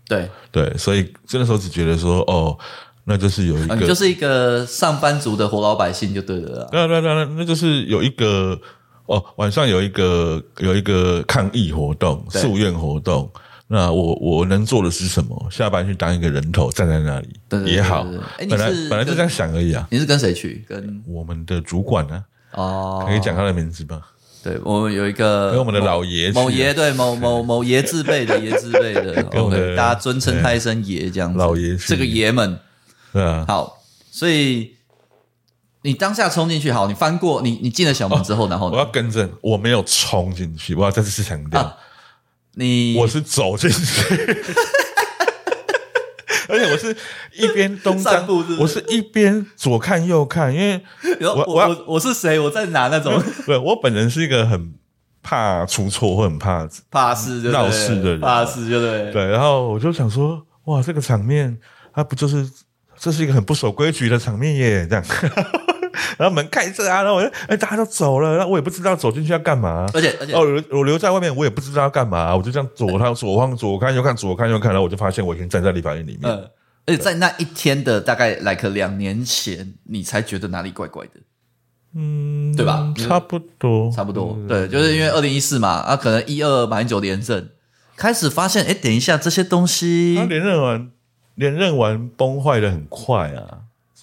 Speaker 1: 对，
Speaker 2: 对，所以就那时候只觉得说，哦，那就是有一
Speaker 1: 啊
Speaker 2: 个，
Speaker 1: 你就是一个上班族的活老百姓就对了啦。
Speaker 2: 对啊对啊对啊，那就是有一个哦，晚上有一个有一个抗议活动、
Speaker 1: 对
Speaker 2: 诉愿活动。那我我能做的是什么？下班去当一个人头，站在那里
Speaker 1: 对对对
Speaker 2: 也好
Speaker 1: 对对对。哎你
Speaker 2: 本来
Speaker 1: 是
Speaker 2: 本来就
Speaker 1: 跟
Speaker 2: 这样想而已啊。
Speaker 1: 你是跟谁去？跟
Speaker 2: 我们的主管呢、
Speaker 1: 哦，
Speaker 2: 可以讲他的名字吗？
Speaker 1: 对我们有一
Speaker 2: 跟
Speaker 1: 个
Speaker 2: 我们的老爷去啊
Speaker 1: 某爷，对某某某爷字辈
Speaker 2: <laughs>
Speaker 1: 的爷字辈的
Speaker 2: 跟我们的
Speaker 1: ，OK，大家尊称他一声爷这样子。
Speaker 2: 老爷去
Speaker 1: 这个爷们，
Speaker 2: 对啊，
Speaker 1: 好，所以你当下冲进去，好，你翻过你你进了小门之后，然后
Speaker 2: 哦我
Speaker 1: 呢
Speaker 2: 要更正，我没有冲进去，我要再次强调，
Speaker 1: 啊你
Speaker 2: 我是走进去，
Speaker 1: <laughs>
Speaker 2: 而且我是一边东
Speaker 1: 散
Speaker 2: 张
Speaker 1: 步是不，是
Speaker 2: 我是一边左看右看，因为
Speaker 1: 你说
Speaker 2: 我
Speaker 1: 我
Speaker 2: 我要嗯
Speaker 1: 我我是谁？我在哪？那种
Speaker 2: 对我本人是一个很怕出错或很怕
Speaker 1: 怕事就对了
Speaker 2: 闹事的人
Speaker 1: 怕事就对了。
Speaker 2: 对，然后我就想说，哇，这个场面，它不就是这是一个很不守规矩的场面耶，这样。 <laughs> 然后门开着啊，然后我就哎，大家都走了，然后我也不知道走进去要干嘛。
Speaker 1: 而且而且
Speaker 2: 哦，我留我留在外面，我也不知道要干嘛，啊我就这样左看左看左看右看左看右看，然后我就发现我已经站在立法院里面。
Speaker 1: 呃，而且在那一天的大概 like 两年前，你才觉得哪里怪怪的。
Speaker 2: 嗯，
Speaker 1: 对吧
Speaker 2: 差不多，嗯
Speaker 1: 差不多，对，就是因为二零一四嘛，啊，可能一二马英九连胜，开始发现，哎，等一下这些东西
Speaker 2: 他，连任完，连任完崩坏的很快啊，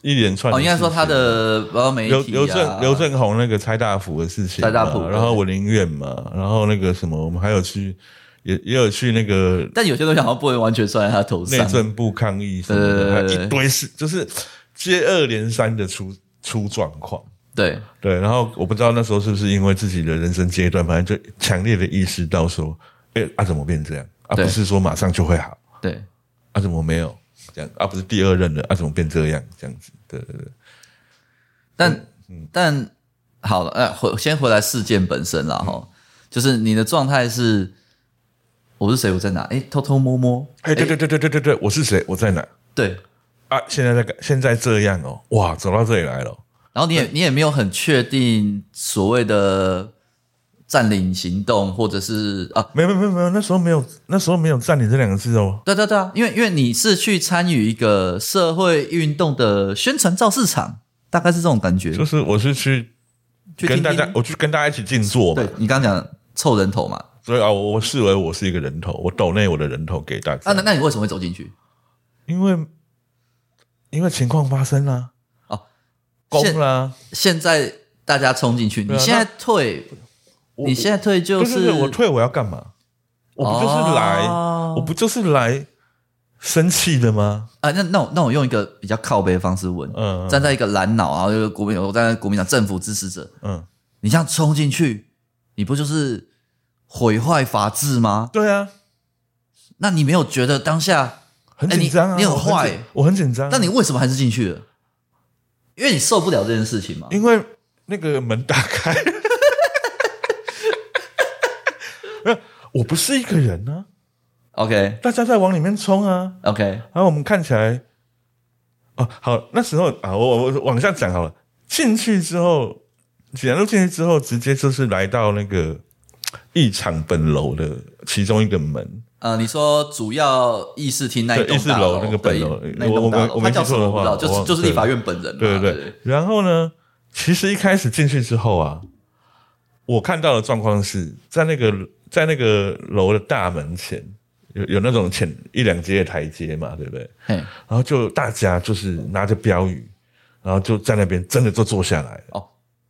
Speaker 2: 一连串的
Speaker 1: 哦，
Speaker 2: 事
Speaker 1: 应
Speaker 2: 情。
Speaker 1: 该说他的包括媒体、啊
Speaker 2: 刘、刘正刘正宏那个拆大埔的事情嘛，
Speaker 1: 拆大埔对
Speaker 2: 然后文林院嘛，然后那个什么，我们还有去也也有去那个
Speaker 1: 但有些东西好像不能完全算在他头
Speaker 2: 内
Speaker 1: 上。
Speaker 2: 政部抗议什么的，还
Speaker 1: 对对对
Speaker 2: 有一堆事，就是接二连三的出出状况。
Speaker 1: 对，
Speaker 2: 对，然后我不知道那时候是不是因为自己的人生阶段，反正就强烈的意识到说，哎、啊怎么变这样？啊
Speaker 1: 对
Speaker 2: 不是说马上就会好，
Speaker 1: 对，
Speaker 2: 啊啊，怎么没有？这样啊，不是第二任了，啊，怎么变这样？这样子，对对对，嗯
Speaker 1: 但但好了，呃，回先回来事件本身
Speaker 2: 嗯
Speaker 1: 啦，哈，就是你的状态是我是谁，我在哪？哎，偷偷摸摸，
Speaker 2: 哎，对对对对对对对，我是谁？我在哪？
Speaker 1: 对，
Speaker 2: 啊，现在在干现在这样哦，哇，走到这里来了，
Speaker 1: 然后你也你也没有很确定所谓的占领行动，或者是啊，
Speaker 2: 没有没有没有没有，那时候没有那时候没有占领这两个字哦，
Speaker 1: 对对对啊，因为因为你是去参与一个社会运动的宣传造势场，大概是这种感觉。
Speaker 2: 就是我是去
Speaker 1: 去
Speaker 2: 跟
Speaker 1: 听
Speaker 2: 大
Speaker 1: 听
Speaker 2: 家，我去跟大家一起静坐嘛
Speaker 1: 对，你刚刚讲凑人头嘛，
Speaker 2: 所以啊，我我视为我是一个人头，我抖内我的人头给大家，
Speaker 1: 啊，那那你为什么会走进去？
Speaker 2: 因为因为情况发生啊啦、
Speaker 1: 哦
Speaker 2: 攻啦、
Speaker 1: 现在大家冲进去，
Speaker 2: 对啊
Speaker 1: 你现在退，
Speaker 2: 我
Speaker 1: 你现在退
Speaker 2: 我
Speaker 1: 就
Speaker 2: 对对
Speaker 1: 是
Speaker 2: 对我退我要干嘛？我不就是来，
Speaker 1: 哦
Speaker 2: 我不就是来生气的吗？
Speaker 1: 啊，那那我那我用一个比较靠背的方式问，
Speaker 2: 嗯
Speaker 1: 站在一个蓝脑，然后又是国民，我站在国民党政府支持者，
Speaker 2: 嗯，
Speaker 1: 你这样冲进去，你不就是毁坏法治吗？
Speaker 2: 对啊，
Speaker 1: 那你没有觉得当下，
Speaker 2: 很
Speaker 1: 哎你
Speaker 2: 紧张啊，
Speaker 1: 你很
Speaker 2: 我紧
Speaker 1: 坏
Speaker 2: 我很紧张啊。
Speaker 1: 那你为什么还是进去了？因为你受不了这件事情嘛。
Speaker 2: 因为那个门
Speaker 1: <laughs>
Speaker 2: 打开，没有，我不是一个人啊，
Speaker 1: OK
Speaker 2: 大家在往里面冲啊，
Speaker 1: OK，
Speaker 2: 然后我们看起来，哦，好，那时候啊，我我我往下讲好了。进去之后，几条路进去之后，直接就是来到那个一场本楼的其中一个门，
Speaker 1: 呃，你说主要议事厅那一
Speaker 2: 对
Speaker 1: 栋
Speaker 2: 议事
Speaker 1: 大
Speaker 2: 楼那个本楼
Speaker 1: 对那一
Speaker 2: 我
Speaker 1: 栋大
Speaker 2: 我
Speaker 1: 楼，
Speaker 2: 我
Speaker 1: 他
Speaker 2: 没
Speaker 1: 叫
Speaker 2: 记
Speaker 1: 什
Speaker 2: 错
Speaker 1: 么
Speaker 2: 的
Speaker 1: 我不
Speaker 2: 话
Speaker 1: 知道，就
Speaker 2: 我
Speaker 1: 是
Speaker 2: 忘
Speaker 1: 就是立
Speaker 2: 对
Speaker 1: 法院本人嘛，
Speaker 2: 对对
Speaker 1: 啊对
Speaker 2: 对。然后呢，其实一开始进去之后啊，我看到的状况是在那个在那个楼的大门前有有那种前一两阶的台阶嘛，对不对？
Speaker 1: 嘿，
Speaker 2: 然后就大家就是拿着标语，然后就在那边真的就坐下来了。
Speaker 1: 哦，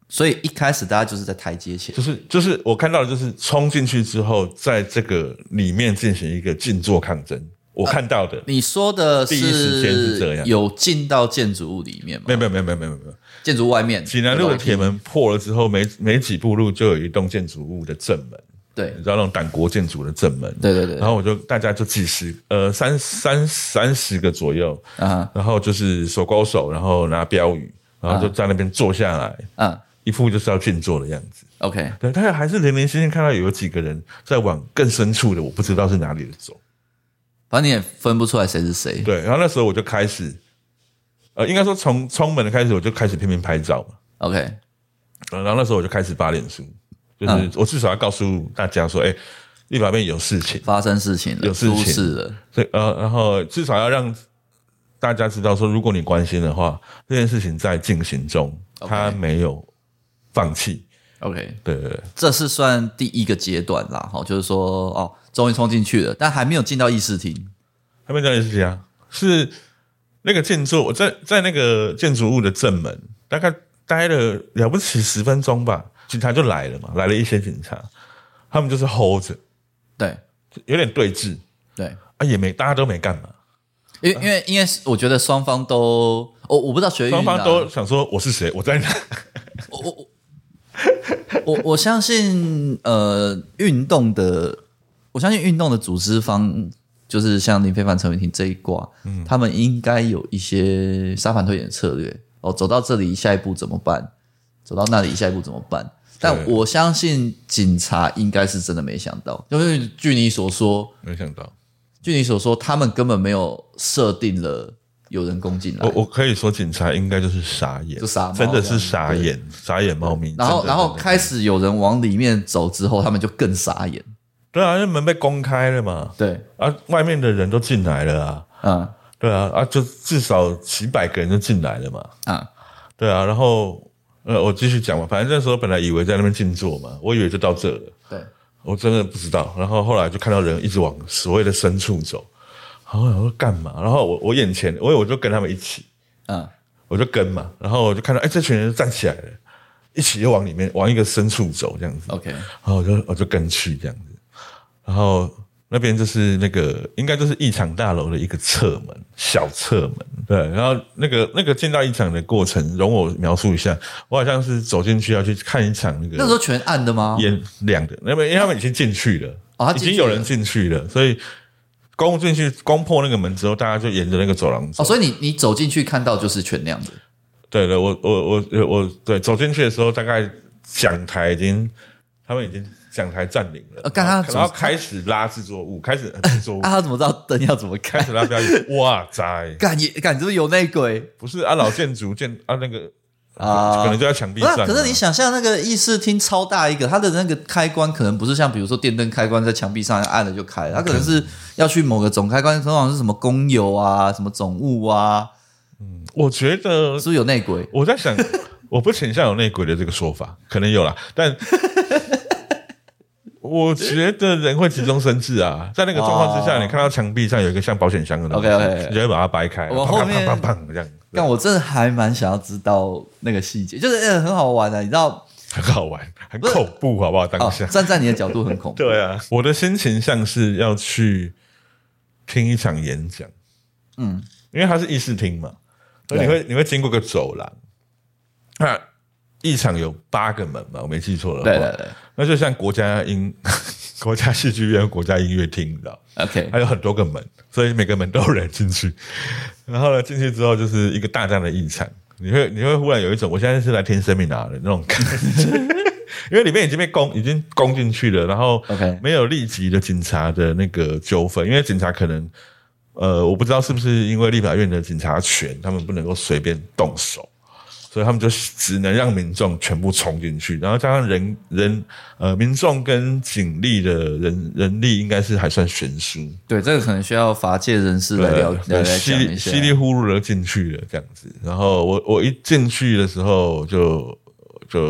Speaker 1: 所以一开始大家就是在台阶前，
Speaker 2: 就是就是我看到的就是冲进去之后，在这个里面进行一个静坐抗争，我
Speaker 1: 啊
Speaker 2: 看到的。
Speaker 1: 你说的
Speaker 2: 第一时间是这
Speaker 1: 是
Speaker 2: 样
Speaker 1: 有进到建筑物里面吗
Speaker 2: 没？有没有没有没有没有没有，
Speaker 1: 建筑外面，
Speaker 2: 济南路的铁门破了之后，没没几步路就有一栋建筑物的正门，
Speaker 1: 对
Speaker 2: 你知道那种党国建筑的正门。
Speaker 1: 对对对
Speaker 2: 然后我就大家就几十呃三三三十个左右，
Speaker 1: 啊
Speaker 2: 然后就是手勾手，然后拿标语，然后就在那边坐下来，
Speaker 1: 啊
Speaker 2: 一副就是要静坐的样子。
Speaker 1: ，OK，
Speaker 2: 对，但是还是零零星星看到有几个人在往更深处的我不知道是哪里的走。
Speaker 1: 反正你也分不出来谁是谁，
Speaker 2: 对，然后那时候我就开始，呃，应该说从从门的开始，我就开始拼命拍照嘛。
Speaker 1: ，OK，
Speaker 2: 呃然后那时候我就开始发脸书，就是
Speaker 1: 嗯
Speaker 2: 我至少要告诉大家说，哎、立法院有事情，
Speaker 1: 发生事情了，
Speaker 2: 有事情
Speaker 1: 出事了，
Speaker 2: 所以呃，然后至少要让大家知道说，如果你关心的话，这件事情在进行中，他没有放弃。
Speaker 1: ，OK，
Speaker 2: 对对对，
Speaker 1: 这是算第一个阶段啦，哈，就是说哦，终于冲进去了，但还没有进到议事厅，
Speaker 2: 他们这件事情啊，是那个建筑，我在在那个建筑物的正门，大概待了了不起十分钟吧，警察就来了嘛，来了一些警察，他们就是 hold 着，
Speaker 1: 对
Speaker 2: 有点对峙
Speaker 1: 对，
Speaker 2: 啊，也没大家都没干嘛，
Speaker 1: 因为因为因为我觉得双方都，我我不知道学运啊
Speaker 2: 双方都想说我是谁，
Speaker 1: <laughs>
Speaker 2: 我在哪，
Speaker 1: 我我 <laughs> 我我我相信，呃，运动的，我相信运动的组织方，就是像林非凡、陈伟霆这一挂，
Speaker 2: 嗯
Speaker 1: 他们应该有一些沙盘推演策略。哦，走到这里，下一步怎么办？走到那里，下一步怎么办？但我相信警察应该是真的没想到，就是据你所说，
Speaker 2: 没想到，
Speaker 1: 据你所说，他们根本没有设定了有人攻进来。
Speaker 2: 我我可以说警察应该就是傻眼，
Speaker 1: 就傻猫
Speaker 2: 真的是傻眼，傻眼猫咪，
Speaker 1: 然后，
Speaker 2: 真的
Speaker 1: 然后
Speaker 2: 真的
Speaker 1: 开始有人往里面走之后，他们就更傻眼。
Speaker 2: 对啊，因为门被公开了嘛，
Speaker 1: 对，
Speaker 2: 啊，外面的人都进来了啊，
Speaker 1: 嗯
Speaker 2: 对啊，啊，就至少几百个人就进来了嘛。
Speaker 1: 啊，
Speaker 2: 对啊，然后呃，我继续讲嘛，反正那时候本来以为在那边静坐嘛，我以为就到这了，
Speaker 1: 对，
Speaker 2: 我真的不知道。然后后来就看到人一直往所谓的深处走，然后我说干嘛？然后我我眼前，我我就跟他们一起，
Speaker 1: 嗯
Speaker 2: 我就跟嘛，然后我就看到哎，这群人就站起来了，一起又往里面往一个深处走这样子，
Speaker 1: ，OK，
Speaker 2: 然后我就我就跟去这样子，然后。那边就是那个，应该就是异场大楼的一个侧门，小侧门。对，然后那个那个进到异场的过程，容我描述一下。我好像是走进去要去看一场那
Speaker 1: 那时
Speaker 2: 个
Speaker 1: 候全暗的吗？
Speaker 2: 演亮的，那边因为他们已经进去了，
Speaker 1: 哦他
Speaker 2: 已
Speaker 1: 进去了
Speaker 2: 经有人进去了，所以攻进去，攻破那个门之后，大家就沿着那个走廊走。
Speaker 1: 哦，所以你你走进去看到就是全亮的，
Speaker 2: 对对，我我我我对走进去的时候，大概讲台已经他们已经讲台占领了
Speaker 1: 呃，干他
Speaker 2: 然后然后开始拉制作物，开始呃制作物
Speaker 1: 啊，他怎么知道灯要怎么
Speaker 2: 开
Speaker 1: 开？
Speaker 2: 始拉标语，哇塞，
Speaker 1: <laughs> 干也干，你是不是有内鬼
Speaker 2: 不是啊老建筑建啊那个
Speaker 1: 啊？
Speaker 2: 可能就在墙壁
Speaker 1: 不是啊，
Speaker 2: 上。
Speaker 1: 可是你想象那个议事厅超大一个，它的那个开关可能不是像比如说电灯开关在墙壁上按了就开了，它可能是要去某个总开关，通常是什么公有啊、什么总务啊，
Speaker 2: 我觉得
Speaker 1: 是不是有内鬼？
Speaker 2: 我
Speaker 1: <laughs>
Speaker 2: 在想，我不倾向有内鬼的这个说法，可能有啦，
Speaker 1: <laughs>
Speaker 2: 但我觉得人会急中生智啊，在那个状况之下，
Speaker 1: 哦
Speaker 2: 你看到墙壁上有一个像保险箱的东西
Speaker 1: OK，OK，OK
Speaker 2: 你就会把它掰开，
Speaker 1: 我
Speaker 2: 砰
Speaker 1: 后
Speaker 2: 砰
Speaker 1: 面
Speaker 2: 砰砰砰这样，
Speaker 1: 但我真的还蛮想要知道那个细节，就是、呃很好玩的、你知道
Speaker 2: 很好玩，很恐怖，好不好？当
Speaker 1: 哦
Speaker 2: 下，，
Speaker 1: 站在你的角度很恐怖，
Speaker 2: <laughs> 对啊，我的心情像是要去听一场演讲，
Speaker 1: 嗯，
Speaker 2: 因为它是议事厅嘛，所以
Speaker 1: 对
Speaker 2: 你会你会经过个走廊，那一场有八个门嘛，我没记错的话，
Speaker 1: 对对对
Speaker 2: 那就像国家音、 <laughs> 国家戏剧院、国家音乐厅，你知道，
Speaker 1: ，OK，
Speaker 2: 还有很多个门，所以每个门都有人进去。 <laughs> 然后呢，进去之后就是一个大大的异场，你会你会忽然有一种我现在是来听 seminar 的那种感觉，因为里面已经被攻已经攻进去了，然后
Speaker 1: OK
Speaker 2: 没有立即的警察的那个纠纷，因为警察可能呃，我不知道是不是因为立法院的警察权，他们不能够随便动手。所以他们就只能让民众全部冲进去，然后加上人人呃，民众跟警力的人人力应该是还算悬殊，
Speaker 1: 对，这个可能需要法界人士来聊来
Speaker 2: 对
Speaker 1: 来
Speaker 2: 稀
Speaker 1: 讲一
Speaker 2: 里
Speaker 1: 下
Speaker 2: 稀。里呼噜的进去了这样子。然后我我一进去的时候就就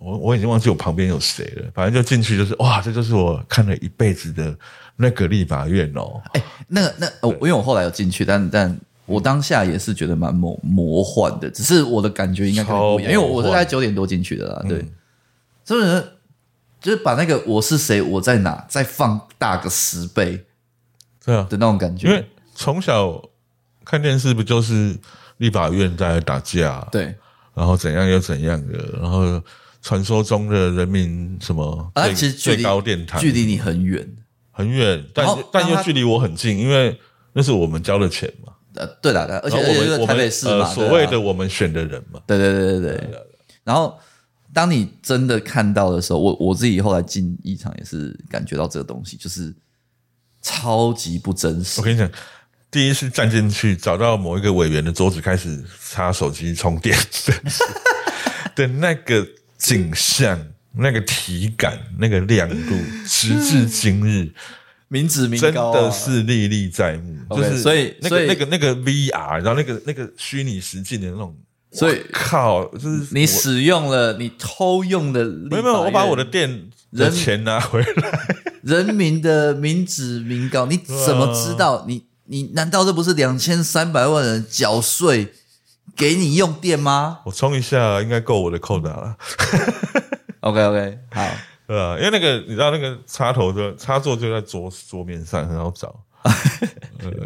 Speaker 2: 我我已经忘记我旁边有谁了，反正就进去就是哇，这就是我看了一辈子的那个立法院哦。
Speaker 1: 哎、那个那哦，因为我后来有进去，但但我当下也是觉得蛮魔魔幻的，只是我的感觉应该跟你不一样，因
Speaker 2: 超魔
Speaker 1: 为我
Speaker 2: 幻嗯
Speaker 1: 我是大概九点多进去的啦，对，所以呢就是把那个我是谁，我在哪，再放大个十倍
Speaker 2: 对啊，
Speaker 1: 的那种感
Speaker 2: 因为
Speaker 1: 觉，
Speaker 2: 从小看电视不就是立法院在打架，
Speaker 1: 对。
Speaker 2: 然后怎样又怎样的，然后传说中的人民什么
Speaker 1: 啊，
Speaker 2: 最、
Speaker 1: 其实距
Speaker 2: 最
Speaker 1: 离
Speaker 2: 高殿堂
Speaker 1: 距离你很远，
Speaker 2: 很远，但
Speaker 1: 然后
Speaker 2: 但
Speaker 1: 让
Speaker 2: 又
Speaker 1: 他
Speaker 2: 距离我很近，因为那是我们交的钱嘛，
Speaker 1: 呃，对啦，对啦而且
Speaker 2: 然
Speaker 1: 而
Speaker 2: 后
Speaker 1: 且
Speaker 2: 我
Speaker 1: 就
Speaker 2: 们
Speaker 1: 是
Speaker 2: 我
Speaker 1: 台北
Speaker 2: 们
Speaker 1: 市
Speaker 2: 呃
Speaker 1: 嘛，对
Speaker 2: 所
Speaker 1: 啊
Speaker 2: 谓的我们选的人嘛，
Speaker 1: 对对对对对。然后当你真的看到的时候，我我自己后来进一场也是感觉到这个东西，就是超级不真实
Speaker 2: <laughs> 我。跟你讲。第一次站进去，找到某一个委员的桌子，开始插手机充电 <laughs> 的那个景象、那个体感、那个亮度，直至今日，
Speaker 1: 民脂民
Speaker 2: 真
Speaker 1: 膏啊、
Speaker 2: 的是历历在目，就
Speaker 1: OK，
Speaker 2: 是
Speaker 1: 所以
Speaker 2: 那
Speaker 1: 所
Speaker 2: 个
Speaker 1: 以
Speaker 2: 那个那个 VR，然后那个那个虚拟实境的那种，
Speaker 1: 所以
Speaker 2: 我靠，就是
Speaker 1: 你
Speaker 2: 我
Speaker 1: 使用了你偷用的，
Speaker 2: 没有没有，我把我的店的
Speaker 1: 人
Speaker 2: 钱拿回来，
Speaker 1: 人民的民脂民膏，你怎么知
Speaker 2: 呃
Speaker 1: 道？你你难道这不是两千三百万人缴税给你用电吗
Speaker 2: 我充一下应该够我的扣打了，
Speaker 1: ？OK OK，好
Speaker 2: 对吧？因为那个你知道那个插头的插座就在桌桌面上，很好
Speaker 1: <laughs>
Speaker 2: 找。呃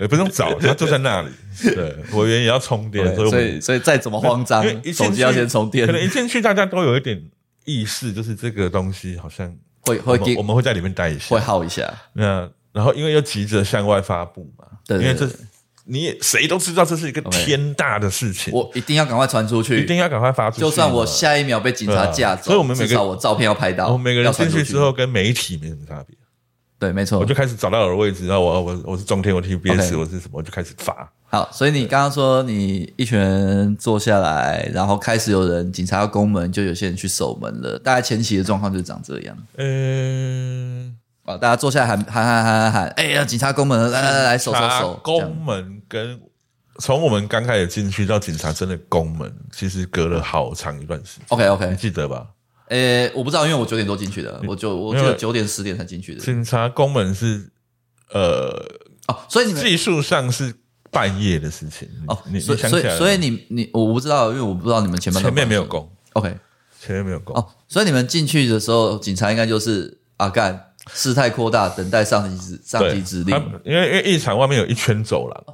Speaker 2: 也不用找，它就在那里。对，委员也要充电，所
Speaker 1: ，OK，
Speaker 2: 以我
Speaker 1: 所
Speaker 2: 们
Speaker 1: 以所以再怎么慌张
Speaker 2: 因为一，进
Speaker 1: 手机要
Speaker 2: 去
Speaker 1: 先充电
Speaker 2: 可，能一进去大家都有一点意识，就是这个东西好像
Speaker 1: 会
Speaker 2: 我
Speaker 1: 会
Speaker 2: 们
Speaker 1: 给
Speaker 2: 我们会在里面待一下
Speaker 1: 会，耗一下。
Speaker 2: 那然后因为又急着向外发布嘛，
Speaker 1: 对对
Speaker 2: 因为这
Speaker 1: 对
Speaker 2: 你也谁都知道这是一个
Speaker 1: OK
Speaker 2: 天大的事情，
Speaker 1: 我一定要赶快传出
Speaker 2: 一
Speaker 1: 去，
Speaker 2: 定要赶快发出去嘛。
Speaker 1: 就算我下一秒被警察架
Speaker 2: 对啊
Speaker 1: 走，
Speaker 2: 所以我们每个
Speaker 1: 至少我照片要拍到，
Speaker 2: 我们每个人
Speaker 1: 要传
Speaker 2: 进
Speaker 1: 出
Speaker 2: 去之，后跟媒体没什么差别，
Speaker 1: 对，没错
Speaker 2: 我就，开始找到我的位置，然后我我我是中天，我 TBS，
Speaker 1: OK
Speaker 2: 我是什么，我就开始发。
Speaker 1: 好，所以你刚刚说你一群人坐下来，然后开始有人警察要攻门，就有些人去守门了。大概前期的状况就是长这样
Speaker 2: 嗯，
Speaker 1: 啊，大家坐下来喊喊喊喊喊喊，哎呀，警察攻门了，来来来来，守守
Speaker 2: 查
Speaker 1: 守，这
Speaker 2: 宫
Speaker 1: 样
Speaker 2: 门跟从我们刚开始进去到警察真的宫门，其实隔了好长一段时间，
Speaker 1: OK OK，
Speaker 2: 你记得吧？
Speaker 1: 呃，我不知道，因为我九点多进去的，我就我记
Speaker 2: 没有
Speaker 1: 得九点十点才进去的
Speaker 2: 警察宫门是呃
Speaker 1: 哦，所以你们
Speaker 2: 技术上是半夜的事情
Speaker 1: 哦
Speaker 2: 你，你
Speaker 1: 所以
Speaker 2: 想
Speaker 1: 所
Speaker 2: 起来
Speaker 1: 以
Speaker 2: 了
Speaker 1: 所以你你我不知道，因为我不知道你们前面
Speaker 2: 前面没有攻，
Speaker 1: OK
Speaker 2: 前面没有攻，
Speaker 1: 哦，所以你们进去的时候，警察应该就是啊干事态扩大，等待上级指上级指
Speaker 2: 他
Speaker 1: 令，
Speaker 2: 们因为因为异常外面有一圈走廊，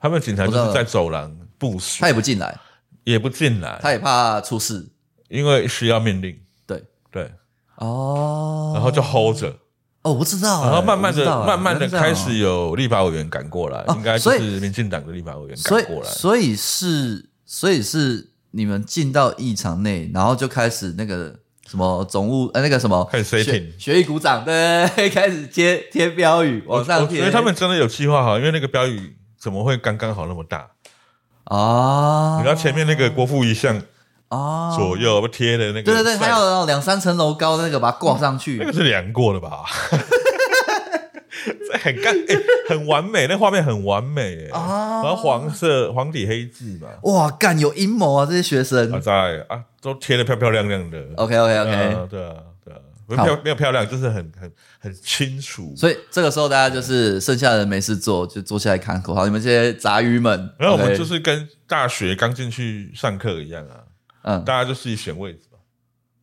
Speaker 2: 他们警察
Speaker 1: 我
Speaker 2: 就
Speaker 1: 知道
Speaker 2: 是
Speaker 1: 了
Speaker 2: 在走廊部署
Speaker 1: 他，也不进来。
Speaker 2: 也不进来，
Speaker 1: 他也怕出事。
Speaker 2: 因为需要命令，
Speaker 1: 对
Speaker 2: 对，
Speaker 1: 哦，
Speaker 2: 然后就 hold 着，
Speaker 1: 哦，我不知道、欸，
Speaker 2: 然后慢慢
Speaker 1: 我不
Speaker 2: 的、
Speaker 1: 知道欸
Speaker 2: 慢慢的
Speaker 1: 原来是这
Speaker 2: 开
Speaker 1: 样
Speaker 2: 始有立法委员赶过来，
Speaker 1: 哦
Speaker 2: 应该就
Speaker 1: 所以
Speaker 2: 是民进党的立法委员
Speaker 1: 所
Speaker 2: 赶
Speaker 1: 以
Speaker 2: 过来。
Speaker 1: 所以是所以是你们进到议场内，然后就开始那个什么总务呃那个什么
Speaker 2: 开始 setting
Speaker 1: 学学艺鼓掌，对， <laughs> 对对开始贴贴标语
Speaker 2: 我
Speaker 1: 往上
Speaker 2: 因
Speaker 1: 贴，
Speaker 2: 哦为他们真的有计划好，因为那个标语怎么会刚刚好那么大？
Speaker 1: 啊，
Speaker 2: 你知道前面那个国父遗像
Speaker 1: 啊
Speaker 2: 左右贴的那个，
Speaker 1: 对对对，还有那种两三层楼高的那个把它挂上
Speaker 2: 那
Speaker 1: 去
Speaker 2: 个，是量过的吧？ <laughs> 这很干、欸，很完美，那画面很完美耶、
Speaker 1: 啊
Speaker 2: 然后黄色黄底黑字嘛，
Speaker 1: 哇，干有阴谋啊，这些学生
Speaker 2: 啊 <laughs> 在啊都贴的漂漂亮亮的。
Speaker 1: ，OK OK OK，
Speaker 2: 啊对啊对啊，没有漂没有漂亮，就是很很很清楚。
Speaker 1: 所以这个时候大家就是剩下的人没事做，就坐下来看口号，你们这些杂鱼们，
Speaker 2: 然后我们
Speaker 1: OK，
Speaker 2: 就是跟大学刚进去上课一样啊，
Speaker 1: 嗯，
Speaker 2: 大家就自己选位置嘛。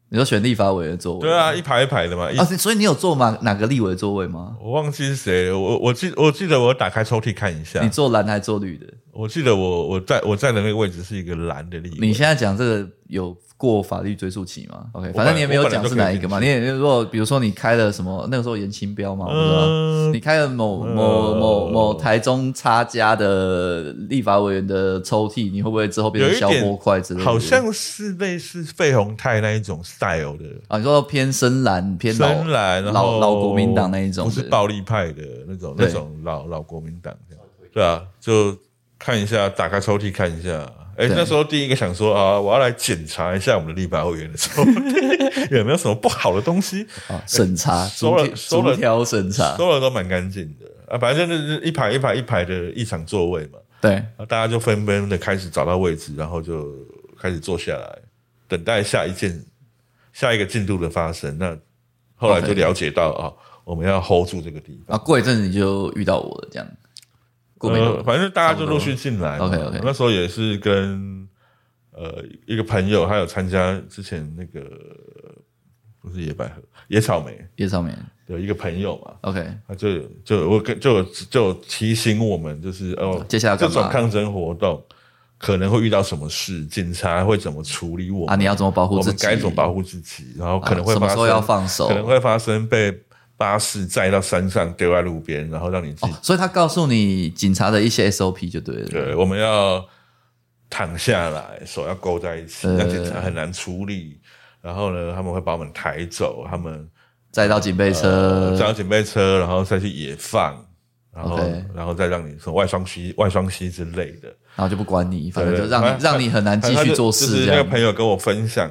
Speaker 1: 你说选立法委员座位，
Speaker 2: 对啊，一排一排的嘛。一
Speaker 1: 啊，所以你有坐吗？哪个立委座位吗？
Speaker 2: 我忘记是谁了，我我记我记得我打开抽屉看一下
Speaker 1: 你，坐蓝还坐绿的？
Speaker 2: 我记得我我在我在的那个位置是一个蓝的立
Speaker 1: 你
Speaker 2: 委，
Speaker 1: 现在讲这个有过法律追溯期吗？OK，反
Speaker 2: 本来
Speaker 1: 正你也没有讲是哪一个
Speaker 2: 我
Speaker 1: 嘛。
Speaker 2: 本
Speaker 1: 你也如果比如说你开了什么，那个时候严清标嘛，我不知道。
Speaker 2: 嗯
Speaker 1: 你开了某某某某台中差家的立法委员的抽屉，你会不会之后变
Speaker 2: 有
Speaker 1: 成
Speaker 2: 一
Speaker 1: 消波块之类
Speaker 2: 点
Speaker 1: 的？
Speaker 2: 好像是类似费鸿泰那一种 style 的，
Speaker 1: 啊，你说偏深蓝、偏老
Speaker 2: 深蓝，然
Speaker 1: 老
Speaker 2: 后
Speaker 1: 老国民党那一种
Speaker 2: 不是
Speaker 1: 的
Speaker 2: 暴力派的那种
Speaker 1: 对
Speaker 2: 那种老老国民党这样，对啊，就看一下，打开抽屉看一下。哎、
Speaker 1: 对
Speaker 2: 那时候第一个想说啊，我要来检查一下我们的立法委员
Speaker 1: <laughs>
Speaker 2: 的抽屉有没有什么不好的东西，
Speaker 1: 啊审查，
Speaker 2: 收哎了
Speaker 1: 逐
Speaker 2: 收了
Speaker 1: 逐条审查，
Speaker 2: 收了都蛮干净的啊，反正就是一排一排一排的一场座位嘛，
Speaker 1: 对，
Speaker 2: 然后大家就纷纷的开始找到位置，然后就开始坐下来，等待下一件下一个进度的发生。那后来就
Speaker 1: OK
Speaker 2: 了解到啊、我们要 hold 住这个地方。
Speaker 1: 啊，过一阵子你就遇到我了，这样。过没
Speaker 2: 呃，
Speaker 1: 多久，
Speaker 2: 反正大家就陆续进来嘛。
Speaker 1: 差不多嗯 OK，OK
Speaker 2: 那时候也是跟呃一个朋友，他有参加之前那个不是野百合野草莓
Speaker 1: 叶少明
Speaker 2: 有一个朋友嘛，
Speaker 1: ，OK，
Speaker 2: 他啊就有就有我跟就有就有提醒我们，就是哦，
Speaker 1: 接下来要
Speaker 2: 这
Speaker 1: 干嘛
Speaker 2: 种抗争活动可能会遇到什么事，警察会怎么处理我们
Speaker 1: 啊，你要怎么保护
Speaker 2: 我
Speaker 1: 自
Speaker 2: 们
Speaker 1: 己？
Speaker 2: 该怎么保护自己，然后可能会
Speaker 1: 啊什
Speaker 2: 发
Speaker 1: 么时
Speaker 2: 生、
Speaker 1: 候要放手？
Speaker 2: 可能会发生被巴士载到山上丢在路边，然后让你自己
Speaker 1: 哦，所以他告诉你警察的一些 SOP 就对了。
Speaker 2: 对，我们要躺下来，手要勾在一起，
Speaker 1: 呃
Speaker 2: 那警察很难处理。然后呢，他们会把我们抬走，他们
Speaker 1: 再到警备车
Speaker 2: 呃，，载到警备车，然后再去野放，然后
Speaker 1: OK
Speaker 2: 然后再让你说外双膝、外双膝之类的，
Speaker 1: 然后就不管你，反正
Speaker 2: 对
Speaker 1: 就让
Speaker 2: 反
Speaker 1: 你让你很难继续做
Speaker 2: 他就就
Speaker 1: 事
Speaker 2: 是
Speaker 1: 这
Speaker 2: 那个
Speaker 1: 样。
Speaker 2: 朋友跟我分享，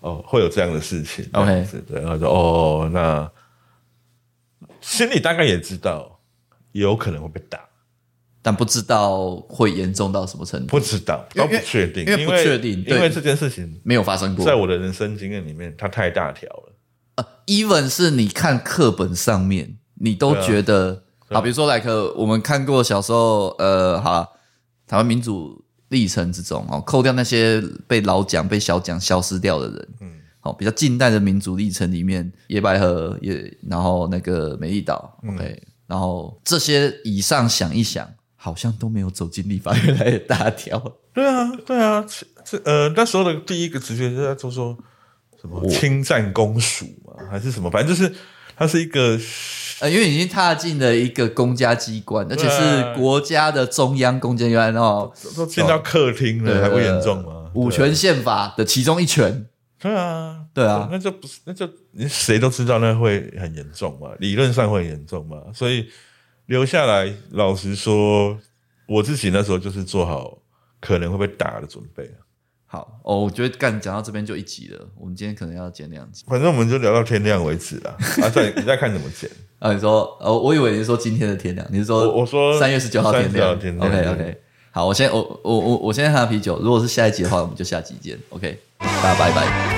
Speaker 2: 哦，会有这样的事情
Speaker 1: OK
Speaker 2: 这样子对，然后就哦，那心里大概也知道，有可能会被打，
Speaker 1: 但不知道会严重到什么程度，
Speaker 2: 不知道，
Speaker 1: 因
Speaker 2: 都
Speaker 1: 为
Speaker 2: 不确定，
Speaker 1: 因为
Speaker 2: 因
Speaker 1: 不确定对
Speaker 2: 因为这件事情
Speaker 1: 没有发生过呃
Speaker 2: 在。我的人生经验里面，它太大条了。
Speaker 1: even 是你看课本上面，你都觉得
Speaker 2: 对啊
Speaker 1: 好，比如说来个我们看过小时候，呃，好啊，台湾民主历程之中哦，扣掉那些被老蒋、被小蒋消失掉的人，
Speaker 2: 嗯
Speaker 1: 嗯，好、比较近代的民主历程里面，野百合也，然后那个美丽岛、o
Speaker 2: 嗯
Speaker 1: k 然后这些以上想一想，好像都没有走进立法院来的大条，
Speaker 2: 对啊，对啊，这这呃，那时候的第一个直觉就在就说什么侵占公署嘛，还是什么，反正就是它是一个
Speaker 1: 呃，因为已经踏进了一个公家机关，而且
Speaker 2: 对
Speaker 1: 是国家的中央公家机关哦。
Speaker 2: 都进到客厅了，
Speaker 1: 呃
Speaker 2: 还不严重吗？
Speaker 1: 五权宪法的其中一权，
Speaker 2: 对啊，
Speaker 1: 对啊
Speaker 2: 那就不是，那就你谁都知道那会很严重嘛，理论上会很严重嘛，所以留下来，老实说，我自己那时候就是做好可能会被打的准备啊。
Speaker 1: 好哦，我觉得干讲到这边就一集了，我们今天可能要剪两集。
Speaker 2: 反正我们就聊到天亮为止啦，啊，再你再看怎么剪。
Speaker 1: 啊，你说，哦，我以为你是说今天的天亮，你是说
Speaker 2: 我我说
Speaker 1: 三月十九号天亮
Speaker 2: 39天亮
Speaker 1: o k OK，好，我先我我我我先喝啤酒，如果是下一集的话，我们就下集见，OK，大家拜拜。